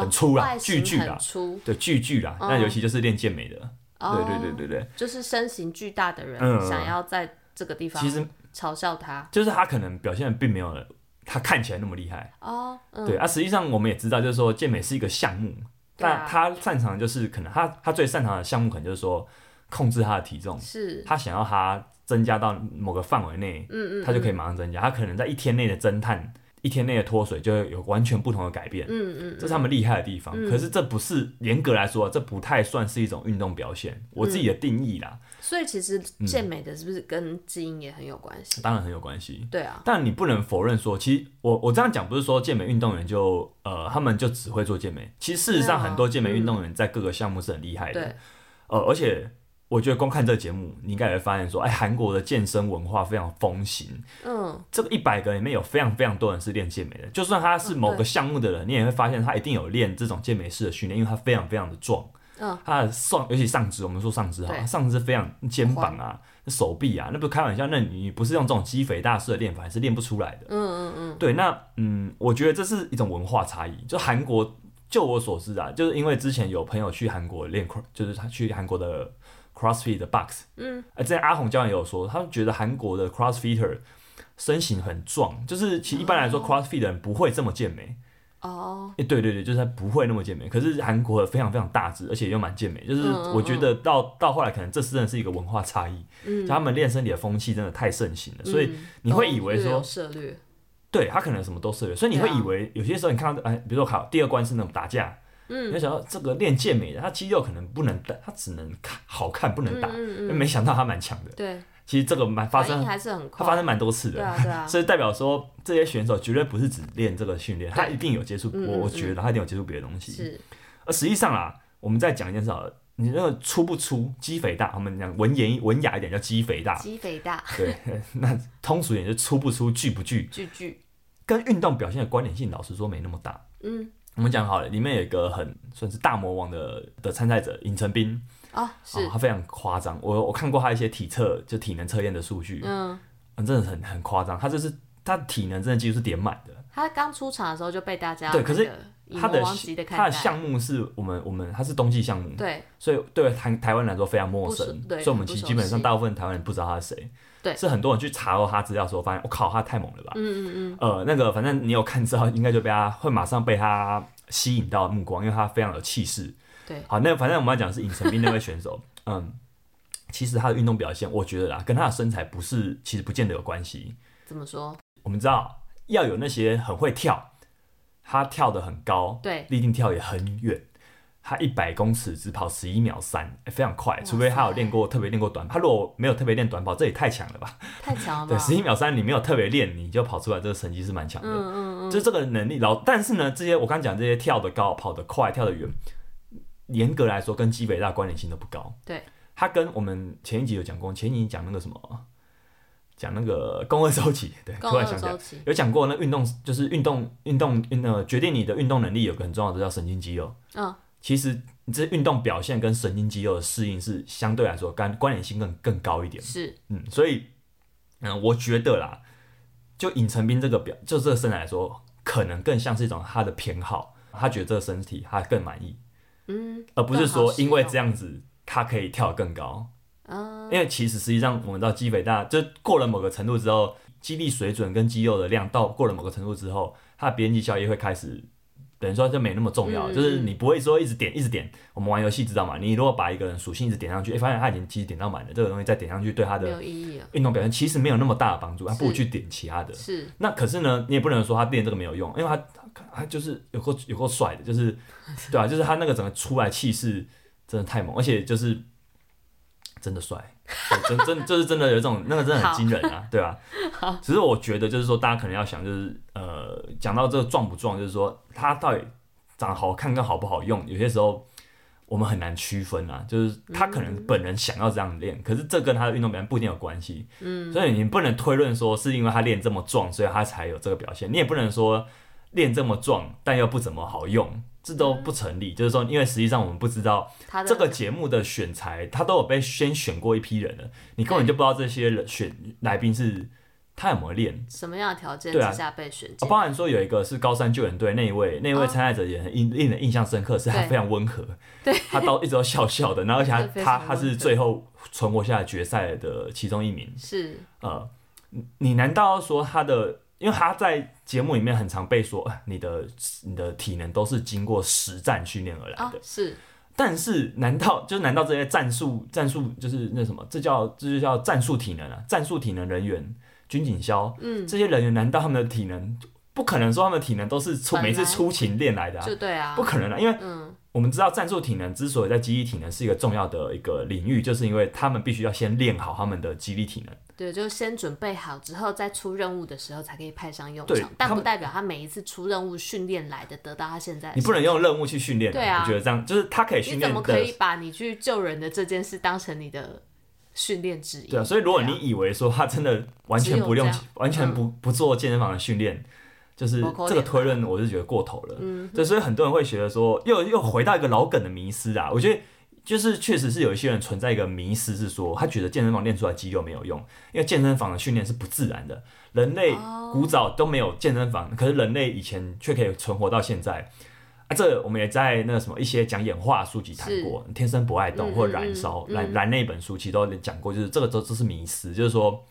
Speaker 1: 很粗啦
Speaker 2: 外形
Speaker 1: 巨巨啦
Speaker 2: 很粗，
Speaker 1: 对，巨巨啦。那
Speaker 2: 哦
Speaker 1: 尤其就是练健美的，对对对
Speaker 2: 哦，
Speaker 1: 对对，
Speaker 2: 就是身形巨大的人
Speaker 1: 嗯嗯嗯
Speaker 2: 想要在这个地方
Speaker 1: 其实
Speaker 2: 嘲笑他
Speaker 1: 就是他可能表现的并没有他看起来那么厉害，
Speaker 2: 哦，嗯，
Speaker 1: 对啊，实际上我们也知道，就是说健美是一个项目，
Speaker 2: 对啊
Speaker 1: 但他擅长的就是可能他他最擅长的项目可能就是说控制他的体重，
Speaker 2: 是，
Speaker 1: 他想要他增加到某个范围内，
Speaker 2: 嗯嗯，
Speaker 1: 他就可以
Speaker 2: 嗯
Speaker 1: 马上增加，他可能在一天内的增碳，一天内的脱水就会有完全不同的改变，
Speaker 2: 嗯嗯，
Speaker 1: 这是他们厉害的地方。可是这不是严格来说，这不太算是一种运动表现，我自己的定义啦，
Speaker 2: 所以其实
Speaker 1: 嗯
Speaker 2: 健美的是不是跟基因也很有关系？
Speaker 1: 当然很有关系。
Speaker 2: 对啊，
Speaker 1: 但你不能否认说，其实我我这样讲不是说健美运动员就呃他们就只会做健美，其实事实上
Speaker 2: 没有啊
Speaker 1: 很多健美运动员在各个项目是很厉害的，
Speaker 2: 对，
Speaker 1: 呃，而且我觉得光看这个节目，你应该也会发现说，哎，韩国的健身文化非常风行，
Speaker 2: 嗯，
Speaker 1: 这个一百个人里面有非常非常多人是练健美的，就算他是某
Speaker 2: 嗯
Speaker 1: 个
Speaker 2: 对
Speaker 1: 项目的人，你也会发现他一定有练这种健美式的训练，因为他非常非常的壮，
Speaker 2: 嗯，
Speaker 1: 他的上尤其上肢，我们说上肢哈，
Speaker 2: 对
Speaker 1: 他上肢非常肩膀啊、手臂啊，那不是开玩笑，那你不是用这种肌肥大式的练法，还是练不出来的，嗯嗯嗯，对，那嗯，我觉得这是一种文化差异，就韩国。就我所知啊，就是因为之前有朋友去韩国练 cro- 就是他去韩国的 CrossFit 的 box，嗯，之前阿红教练有说，他觉得韩国的 CrossFitter 身形很壮，就是其实一般来说 CrossFit 的人不会这么健美。
Speaker 2: 哦，
Speaker 1: 诶，对对对，就是他不会那么健美。可是韩国的非常非常大只，而且又蛮健美。就是
Speaker 2: 嗯嗯
Speaker 1: 我觉得到到后来，可能这真的是一个文化差异，就他们练身体的风气真的太盛行了，所以
Speaker 2: 嗯
Speaker 1: 你会以为
Speaker 2: 都略
Speaker 1: 说啊
Speaker 2: 有涉略，
Speaker 1: 对他可能什么都涉猎，所以你会
Speaker 2: 对啊
Speaker 1: 以为有些时候你看到，哎，比如说考第二关是那种打架，嗯，你会想到这个练健美的，他肌肉可能不能打，他只能看好看不能打，
Speaker 2: 嗯嗯嗯，
Speaker 1: 没想到他蛮强的。
Speaker 2: 对，
Speaker 1: 其实这个蛮发
Speaker 2: 反
Speaker 1: 生
Speaker 2: 应，还是很
Speaker 1: 他
Speaker 2: 快，
Speaker 1: 发生蛮多次的
Speaker 2: 对，啊 对啊，
Speaker 1: 所以代表说，这些选手绝对不是只练这个训练，他一定有接触。
Speaker 2: 嗯
Speaker 1: 我我
Speaker 2: 嗯
Speaker 1: 觉得他一定有接触别的东西。
Speaker 2: 是，
Speaker 1: 而实际上啦，我们再讲一件事好了，你那个粗不粗，肌肥大，我们讲文言文雅一点叫肌肥大，
Speaker 2: 肌肥大，
Speaker 1: 对，那通俗一点就粗不粗，巨不巨，
Speaker 2: 巨巨，
Speaker 1: 跟运动表现的关联性，老实说没那么大。
Speaker 2: 嗯，
Speaker 1: 我们讲好了，里面有一个很算是大魔王的的参赛者尹成斌，
Speaker 2: 哦，
Speaker 1: 哦
Speaker 2: 是，
Speaker 1: 他非常夸张。我我看过他一些体测，就体能测验的数据，
Speaker 2: 嗯，
Speaker 1: 嗯，真的很很夸张。他就是他体能真的几乎是点满的，
Speaker 2: 他刚出场的时候就被大家
Speaker 1: 对可是
Speaker 2: 那个以
Speaker 1: 他
Speaker 2: 魔
Speaker 1: 的
Speaker 2: 王级的看
Speaker 1: 他
Speaker 2: 待，
Speaker 1: 的项目是我们我们他是冬季项目，
Speaker 2: 对
Speaker 1: 所以对台台湾来说非常陌生
Speaker 2: 不熟，对
Speaker 1: 所以我们
Speaker 2: 很不
Speaker 1: 其实
Speaker 2: 熟
Speaker 1: 基本上
Speaker 2: 悉
Speaker 1: 大部分台湾人不知道他是谁，
Speaker 2: 对
Speaker 1: 是很多人去查过他资料的时候发现，我、靠，他太猛了吧？
Speaker 2: 嗯嗯嗯，
Speaker 1: 呃，那个反正你有看之后，应该就被他会马上被他吸引到目光，因为他非常有气势。
Speaker 2: 对
Speaker 1: 好，那反正我们要讲的是尹成斌那位选手， 嗯，其实他的运动表现，我觉得啦，跟他的身材不是其实不见得有关系，
Speaker 2: 怎么说？
Speaker 1: 我们知道要有那些很会跳，他跳得很高，
Speaker 2: 对
Speaker 1: 立定跳也很远，他一百公尺只跑十一秒三、欸非常快。
Speaker 2: 塞
Speaker 1: 除非他有练过特别练过短跑，他如果没有特别练短跑，这也太强了吧？
Speaker 2: 太强了吧？
Speaker 1: 对，十一秒三你没有特别练，你就跑出来，这个成绩是蛮强的。
Speaker 2: 嗯嗯嗯，
Speaker 1: 就这个能力，然后但是呢，这些我刚讲这些跳得高、跑得快、跳得远，严格来说跟肌肥大关联性都不高。
Speaker 2: 对，
Speaker 1: 它跟我们前一集有讲过，前一集讲那个什么，讲那个肱二周期，对，
Speaker 2: 共
Speaker 1: 突
Speaker 2: 二
Speaker 1: 然想起来
Speaker 2: 周，期，
Speaker 1: 有讲过那运动就是运动运动运呃决定你的运动能力有个很重要的叫神经肌肉，
Speaker 2: 嗯，
Speaker 1: 其实你这运动表现跟神经肌肉的适应是相对来说关关联性更更高一点。
Speaker 2: 是
Speaker 1: 嗯，所以嗯，我觉得啦，就尹成斌这个表，就这个身材来说，可能更像是一种他的偏好，他觉得这个身体他更满意，
Speaker 2: 嗯，
Speaker 1: 而不是
Speaker 2: 更
Speaker 1: 说
Speaker 2: 好使
Speaker 1: 因为
Speaker 2: 用
Speaker 1: 这样子他可以跳得更高。
Speaker 2: 嗯
Speaker 1: 因为其实实际上我们知道肌肥大，就过了某个程度之后，肌力水准跟肌肉的量到过了某个程度之后，它的边际效益会开始，等于说就没那么重要，
Speaker 2: 嗯
Speaker 1: 就是你不会说一直点一直点。我们玩游戏知道嘛，你如果把一个人属性一直点上去，诶发现他已经其实点到满了，这个东西再点上去对他
Speaker 2: 没
Speaker 1: 的
Speaker 2: 有意义了，
Speaker 1: 运动表现其实没有那么大的帮助，他不如
Speaker 2: 是
Speaker 1: 去点其他的。
Speaker 2: 是
Speaker 1: 那可是呢，你也不能说他练这个没有用，因为他他他啊就是有够有够帅的，就是对啊，就是他那个整个出来气势真的太猛，而且就是真的帅，对真真就是真的有一种那个真的很惊人啊，对啊。只是我觉得就是说，大家可能要想就是呃，讲到这个壮不壮，就是说他到底长得好看跟好不好用，有些时候。我们很难区分啊，就是他可能本人想要这样练，可是这跟他的运动表现不一定有关系。所以你不能推论说是因为他练这么壮，所以他才有这个表现。你也不能说练这么壮，但又不怎么好用，这都不成立。就是说，因为实际上我们不知道
Speaker 2: 他嗯的
Speaker 1: 这个节目的选材，他都有被先选过一批人了，你根本就不知道这些人选来宾是他有没有练。
Speaker 2: 什么样的条件
Speaker 1: 对啊
Speaker 2: 之下被选
Speaker 1: 啊
Speaker 2: 进？
Speaker 1: 包含说有一个是高山救援队那一位，那一位
Speaker 2: 哦
Speaker 1: 参赛者也很印令人印象深刻，是他
Speaker 2: 对
Speaker 1: 非常温和，他到一直都笑笑的，然后而且他
Speaker 2: 对非
Speaker 1: 他
Speaker 2: 常
Speaker 1: 他
Speaker 2: 温
Speaker 1: 是
Speaker 2: 和
Speaker 1: 最后存活下来决赛的其中一名，
Speaker 2: 是
Speaker 1: 呃，你你难道要说他的？因为他在节目里面很常被说，啊你的你的体能都是经过实战训练而来
Speaker 2: 啊
Speaker 1: 的。
Speaker 2: 是
Speaker 1: 但是难道就难道这些战术战术就是那什么？这叫这就叫战术体能啊！战术体能人员军警消，
Speaker 2: 嗯
Speaker 1: 这些人员难道他们的体能不可能说他们的体能都是出
Speaker 2: 本来
Speaker 1: 每次出勤练来的、啊？
Speaker 2: 就对啊
Speaker 1: 不，可能啊！因为
Speaker 2: 嗯
Speaker 1: 我们知道战术体能之所以在肌力体能是一个重要的一个领域，就是因为他们必须要先练好他们的肌力体能。
Speaker 2: 对，就先准备好之后，在出任务的时候才可以派上用
Speaker 1: 对
Speaker 2: 场，但
Speaker 1: 他
Speaker 2: 不
Speaker 1: 们
Speaker 2: 代表他每一次出任务训练来的得到他现在的
Speaker 1: 你不能用任务去训练、
Speaker 2: 对啊
Speaker 1: 我觉得这样就是他可以训
Speaker 2: 你怎
Speaker 1: 练
Speaker 2: 么
Speaker 1: 的，
Speaker 2: 可以把你去救人的这件事当成你的训练之一？
Speaker 1: 对啊。所以如果
Speaker 2: 对啊
Speaker 1: 你以为说他真的完全不用
Speaker 2: 只有这样，嗯
Speaker 1: 完全不不做健身房的训练，就是
Speaker 2: 不够
Speaker 1: 这个
Speaker 2: 练
Speaker 1: 推论，我是觉得过头了。
Speaker 2: 嗯
Speaker 1: 对，所以很多人会觉得说，又又回到一个老梗的迷失啊。我觉得就是确实是有一些人存在一个迷失，是说他觉得健身房练出来肌肉没有用，因为健身房的训练是不自然的。人类
Speaker 2: 哦
Speaker 1: 古早都没有健身房，可是人类以前却可以存活到现在。啊，这我们也在那个什么一些讲演化的书籍谈过，天生不爱动
Speaker 2: 嗯
Speaker 1: 或
Speaker 2: 嗯
Speaker 1: 燃
Speaker 2: 嗯
Speaker 1: 烧，
Speaker 2: 嗯
Speaker 1: 燃燃那本书其实都讲过，就是这个都这是迷失，就是说，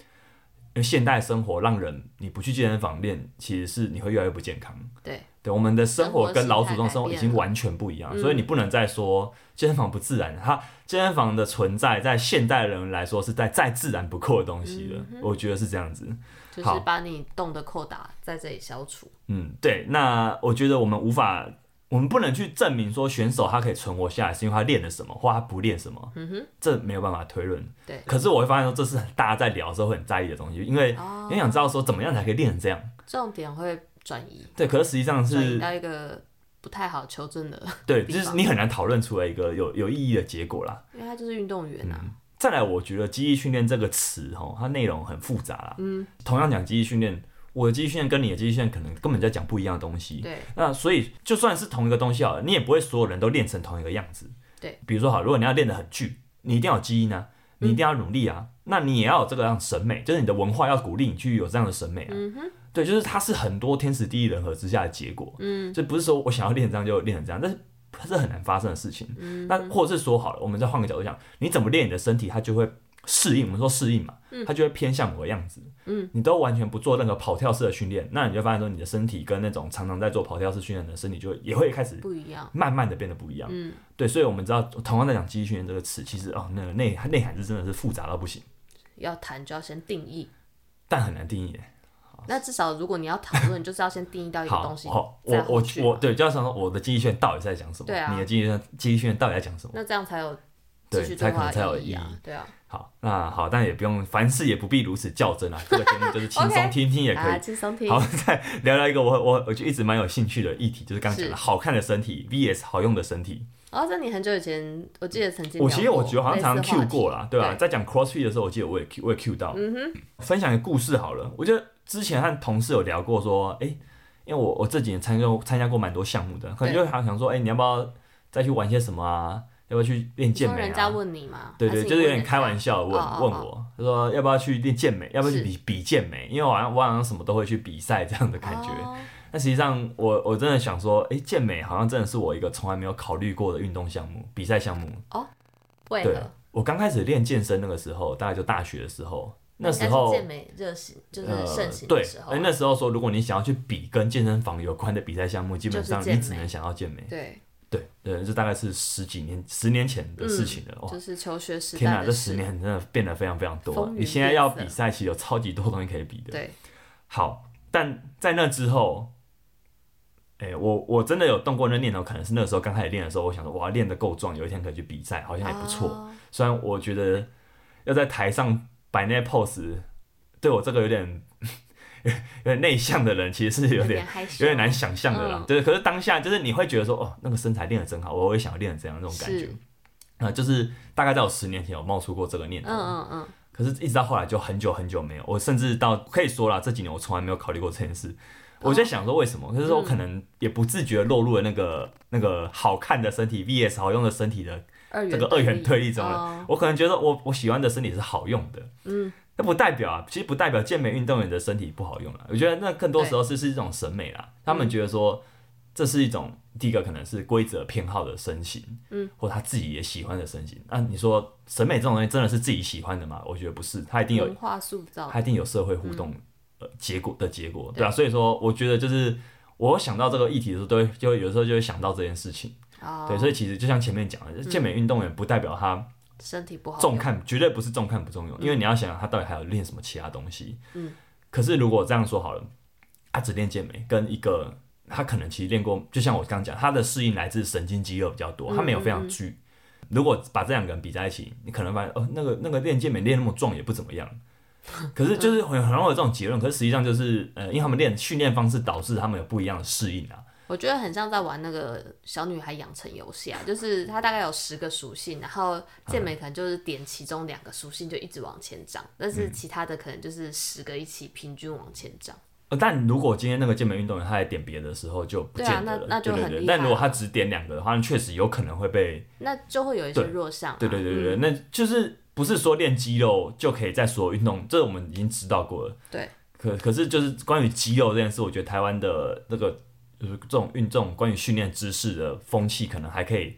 Speaker 1: 因为现代生活让人你不去健身房练，其实是你会越来越不健康。
Speaker 2: 对
Speaker 1: 对，我们的生活跟老祖宗生
Speaker 2: 生活
Speaker 1: 活已
Speaker 2: 形态改变
Speaker 1: 经完全不一样，
Speaker 2: 嗯
Speaker 1: 所以你不能再说健身房不自然。它健身房的存在，在现代人来说是在再自然不过的东西了，
Speaker 2: 嗯
Speaker 1: 我觉得是这样子。
Speaker 2: 就是
Speaker 1: 好
Speaker 2: 把你动的扣打在这里消除。
Speaker 1: 嗯，对。那我觉得我们无法，我们不能去证明说选手他可以存活下来是因为他练了什么，或他不练什么，
Speaker 2: 嗯哼，
Speaker 1: 这没有办法推论。
Speaker 2: 对
Speaker 1: 可是我会发现说，这是大家在聊的时候会很在意的东西，因为
Speaker 2: 哦
Speaker 1: 你想知道说怎么样才可以练成这样。
Speaker 2: 重点会转移，
Speaker 1: 对，可是实际上
Speaker 2: 转移
Speaker 1: 是
Speaker 2: 到一个不太好求证的，
Speaker 1: 对，
Speaker 2: 地
Speaker 1: 就是
Speaker 2: 方
Speaker 1: 你很难讨论出来一个有有意义的结果啦。
Speaker 2: 因为他就是运动员啊。
Speaker 1: 再来，我觉得“记忆训练”这个词，哈，它内容很复杂啦。嗯，同样讲记忆训练，我的记忆训练跟你的记忆训练可能根本在讲不一样的东西。
Speaker 2: 对，
Speaker 1: 那所以就算是同一个东西好了，你也不会所有人都练成同一个样子。
Speaker 2: 对，
Speaker 1: 比如说好，如果你要练得很巨，你一定要有基因啊，你一定要努力啊，那你也要有这个样的审美，就是你的文化要鼓励你去有这样的审美啊。对，就是它是很多天时地利人和之下的结果。嗯，所以不是说我想要练成这样就练成这样，但是。这很难发生的事情。那或者是说好了，我们再换个角度讲，你怎么练你的身体，它就会适应。我们说适应嘛，它就会偏向某个样子。你都完全不做任何跑跳式的训练，那你就发现说你的身体跟那种常常在做跑跳式训练的身体就也会开始
Speaker 2: 不一样。
Speaker 1: 慢慢的变得不一样。
Speaker 2: 嗯，
Speaker 1: 对，所以我们知道同样在讲肌训练这个词，其实哦，那个内内涵是真的是复杂到不行，
Speaker 2: 要谈就要先定义。
Speaker 1: 但很难定义耶。
Speaker 2: 那至少如果你要讨论，就是要先定义到一个
Speaker 1: 好
Speaker 2: 东，西
Speaker 1: 好，
Speaker 2: 再
Speaker 1: 我
Speaker 2: 后
Speaker 1: 我
Speaker 2: 去嘛
Speaker 1: 我对，就要想说我的肌训练到底在讲什么，
Speaker 2: 对啊
Speaker 1: 你的肌训练肌训练到底在讲什么？
Speaker 2: 那这样才有继续
Speaker 1: 对，
Speaker 2: 对
Speaker 1: 才可
Speaker 2: 话
Speaker 1: 能才有
Speaker 2: 的
Speaker 1: 意义。
Speaker 2: 啊。对啊，
Speaker 1: 好，那好，但也不用，凡事也不必如此较真啊。这个节目就是轻松
Speaker 2: OK
Speaker 1: 听听也可以
Speaker 2: 啊，，轻松听
Speaker 1: 好，再聊聊一个我我我就一直蛮有兴趣的议题，就是刚刚讲的
Speaker 2: 是
Speaker 1: 好看的身体 VS 好用的身体。
Speaker 2: 哦，这你很久以前，我记得曾经
Speaker 1: 我其实
Speaker 2: 聊过
Speaker 1: 我觉得好像常常
Speaker 2: 类似话
Speaker 1: Q
Speaker 2: 题
Speaker 1: 过啦，对吧、啊
Speaker 2: 对
Speaker 1: 在讲 CrossFit 的时候，我记得我也 Q 我也 Q 到。嗯哼，分享一个故事好了。我觉得之前和同事有聊过说，哎、因为我我这几年参加参加过蛮多项目的，可能就好想说，哎、你要不要再去玩些什么啊？要不要去练健
Speaker 2: 说
Speaker 1: 美啊？
Speaker 2: 人家问你吗？
Speaker 1: 对
Speaker 2: 还
Speaker 1: 对，
Speaker 2: 你
Speaker 1: 就是有
Speaker 2: 问
Speaker 1: 点
Speaker 2: 人
Speaker 1: 开玩
Speaker 2: 家
Speaker 1: 笑地问
Speaker 2: 哦哦
Speaker 1: 问
Speaker 2: 哦
Speaker 1: 我，他说要不要去练健美，要不要去
Speaker 2: 是
Speaker 1: 比比健美，因为我好像我好像什么都会去比赛这样的感觉。
Speaker 2: 哦
Speaker 1: 但实际上我我真的想说，诶，健美好像真的是我一个从来没有考虑过的运动项目，比赛项目。
Speaker 2: 为
Speaker 1: 对
Speaker 2: 何？，
Speaker 1: 我刚开始练健身那个时候，大概就大学的时候，那时
Speaker 3: 应该
Speaker 1: 候呃
Speaker 3: 是健美热行就是盛行
Speaker 1: 对哎
Speaker 3: 的时，候啊，
Speaker 1: 而那时候说，如果你想要去比跟健身房有关的比赛项目，基本上
Speaker 3: 就是健
Speaker 1: 你
Speaker 3: 美
Speaker 1: 只能想到健美。
Speaker 2: 对，
Speaker 1: 对对，这大概是十几年、十年前的
Speaker 3: 嗯
Speaker 1: 事情了。哇，
Speaker 2: 就是求学时
Speaker 1: 天
Speaker 2: 代
Speaker 1: 哪，
Speaker 2: 的
Speaker 1: 这
Speaker 2: 事
Speaker 1: 十年真的变得非常非常多
Speaker 2: 风
Speaker 1: 啊。
Speaker 2: 云
Speaker 1: 你现在要
Speaker 2: 变
Speaker 1: 比
Speaker 2: 色
Speaker 1: 赛，其实有超级多东西可以比的。
Speaker 2: 对，
Speaker 1: 好，但在那之后，哎、我我真的有动过那念头，可能是那时候刚开始练的时候，我想说，哇，练得够壮，有一天可以去比赛，好像也不错。
Speaker 2: 哦
Speaker 1: 虽然我觉得要在台上摆那些 pose，对我这个有点 有点内向的人，其实是有
Speaker 2: 有
Speaker 1: 点
Speaker 2: 害羞，
Speaker 1: 有点难想象的啦。
Speaker 2: 嗯
Speaker 1: 对，可是当下就是你会觉得说，哦，那个身材练得真好，我也想要练得怎样那种感觉
Speaker 2: 是。
Speaker 1: 啊、就是大概在我十年前有冒出过这个念头，
Speaker 2: 嗯嗯嗯，
Speaker 1: 可是一直到后来就很久很久没有，我甚至到可以说啦，这几年我从来没有考虑过这件事。
Speaker 2: 哦
Speaker 1: 我在想说为什么，可是说
Speaker 2: 嗯
Speaker 1: 我可能也不自觉地落入了那个、那个好看的身体 VS 好用的身体的，
Speaker 2: 二元
Speaker 1: 这个二元对立中了
Speaker 2: 哦
Speaker 1: 我可能觉得我我喜欢的身体是好用的，嗯，那不代表啊，其实不代表健美运动员的身体不好用了。我觉得那更多时候是是一种审美啦，他们觉得说这是一种第一个可能是规则偏好的身形，嗯，或他自己也喜欢的身形。那、你说审美这种东西真的是自己喜欢的吗？我觉得不是，他一定有
Speaker 2: 文化塑造
Speaker 1: 它一定有社会互动、呃结果的结果，对啊，所以说我觉得就是我想到这个议题的时候，都会就会有时候就会想到这件事情，
Speaker 2: 哦，
Speaker 1: 对，所以其实就像前面讲的，健美运动员不代表他
Speaker 2: 身体不好，
Speaker 1: 重看，绝对不是重看不重用，因为你要想想他到底还有练什么其他东西，嗯，可是如果这样说好了，他只练健美跟一个。他可能其实练过，就像我刚讲，他的适应来自神经肌肉比较多，他没有非常巨。如果把这两个人比在一起，你可能发现，哦，那个那个练健美练那么壮也不怎么样，可是就是很很容易有这种结论，可是实际上就是呃，因为他们练训练方式导致他们有不一样的适应啊。
Speaker 2: 我觉得很像在玩那个小女孩养成游戏啊，就是它大概有十个属性，然后健美可能就是点其中两个属性就一直往前涨，但是
Speaker 1: 嗯
Speaker 2: 其他的可能就是十个一起平均往前涨。
Speaker 1: 呃但如果今天那个健美运动员他在点别的时候就不
Speaker 2: 对
Speaker 1: 见
Speaker 2: 啊
Speaker 1: 得了，
Speaker 2: 那那就
Speaker 1: 对对
Speaker 2: 很
Speaker 1: 对
Speaker 2: 厉害啊
Speaker 1: 但如果他只点两个的话，那确实有可能会被，
Speaker 2: 那就会有一些弱项、啊，
Speaker 1: 对对对对
Speaker 2: 嗯
Speaker 1: 对，那就是不是说练肌肉就可以在所有运动，这我们已经知道过了。
Speaker 2: 嗯对。
Speaker 1: 可可是就是关于肌肉这件事，我觉得台湾的那个呃这种运动关于训练知识的风气，可能还可以，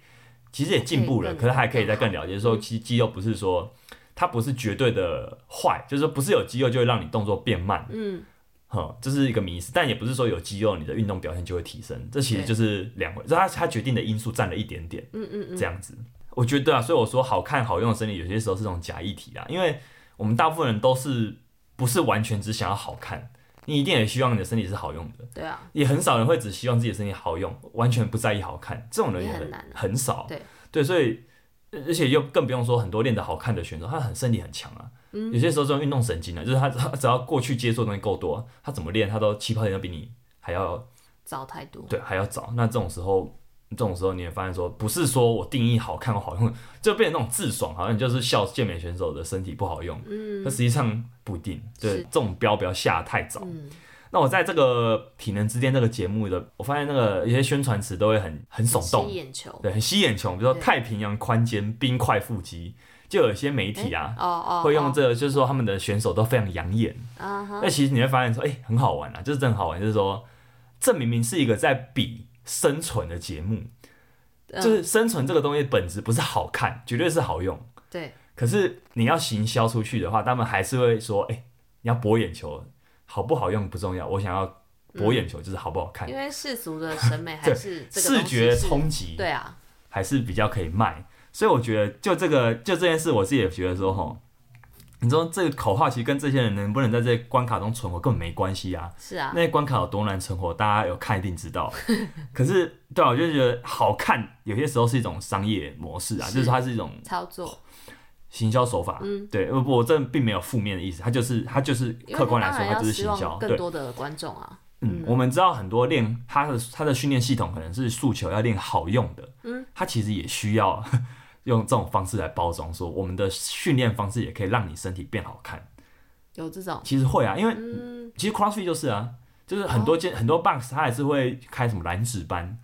Speaker 1: 其实也进步了，
Speaker 2: 可以更
Speaker 1: 可是还可以再更了解。说其实肌肉不是说它不是绝对的坏，就是说不是有肌肉就会让你动作变慢，
Speaker 2: 嗯，
Speaker 1: 哼，这是一个迷思，但也不是说有肌肉你的运动表现就会提升，这其实就是两回，这它它决定的因素占了一点点，嗯嗯嗯，这样子，我觉得对啊，所以我说好看好用的身体有些时候是种假议题啊，因为我们大部分人都是不是完全只想要好看，你一定也希望你的身体是好用的，
Speaker 2: 对啊，
Speaker 1: 也很少人会只希望自己的身体好用，完全不在意好看，这种人
Speaker 2: 也
Speaker 1: 很
Speaker 2: 很难啊
Speaker 1: 很少，
Speaker 2: 对
Speaker 1: 所以呃而且又更不用说很多练得好看的选手，他很身体很强啊。
Speaker 2: 嗯
Speaker 1: 有些时候这种运动神经呢、啊就是他他只要过去接触的东西够多，他怎么练他都起跑点都比你还要
Speaker 2: 糟太多，
Speaker 1: 对还要早。那这种时候，这种时候你也发现说，不是说我定义好看或好用，就变成那种自爽，好像你就是笑健美选手的身体不好用。嗯，那实际上不一定。对，
Speaker 2: 是
Speaker 1: 这种标不要下太早。
Speaker 2: 嗯，
Speaker 1: 那我在这个体能之巅这个节目的，我发现那个一些宣传词都会很很耸动
Speaker 2: 吸，眼球，
Speaker 1: 对，很吸眼球。比如说
Speaker 2: 对
Speaker 1: 太平洋宽肩、冰块腹肌，就有一些媒体啊，
Speaker 2: 哦哦，
Speaker 1: 会用这个，就是说他们的选手都非常养眼。
Speaker 2: 哦啊哈，
Speaker 1: 那其实你会发现说，哎、很好玩啊，就是真的很好玩，就是说，这明明是一个在比生存的节目，
Speaker 2: 嗯
Speaker 1: 就是生存这个东西本质不是好看，绝对是好用。
Speaker 2: 对，
Speaker 1: 可是你要行销出去的话，他们还是会说，哎、你要博眼球，好不好用不重要，我想要博眼球就是好不好看，
Speaker 2: 因为世俗的审美还
Speaker 1: 哎对
Speaker 2: 是这个
Speaker 1: 视
Speaker 2: 东西
Speaker 1: 觉
Speaker 2: 是
Speaker 1: 冲击，
Speaker 2: 对啊，
Speaker 1: 还是比较可以卖。所以我觉得，就这个就这件事，我自己也觉得说，吼，你说这个口号其实跟这些人能不能在这些关卡中存活根本没关系啊。
Speaker 2: 是啊，
Speaker 1: 那些关卡有多难存活，大家有看一定知 道。可是，对啊，我就觉得好看，有些时候是一种商业模式啊，
Speaker 2: 是
Speaker 1: 就是它是一种
Speaker 2: 操作，
Speaker 1: 行销手法。
Speaker 2: 嗯
Speaker 1: 对，我我这并没有负面的意思，它就是它就是
Speaker 2: 因为
Speaker 1: 客
Speaker 2: 他
Speaker 1: 观
Speaker 2: 当
Speaker 1: 来说，
Speaker 2: 然
Speaker 1: 它
Speaker 2: 要
Speaker 1: 就是
Speaker 2: 希
Speaker 1: 行销。
Speaker 2: 望
Speaker 1: 对
Speaker 2: 更，多的观众啊，
Speaker 1: 嗯，我们知道很多练他的他的训练系统可能是诉求要练好用的，嗯，他其实也需要 用这种方式来包装，说我们的训练方式也可以让你身体变好看。
Speaker 2: 有这种，
Speaker 1: 其实会啊，因为、
Speaker 2: 嗯，哦
Speaker 1: 其实 CrossFit 就是啊，就是很多健、很多 box 他还是会开什么燃脂班，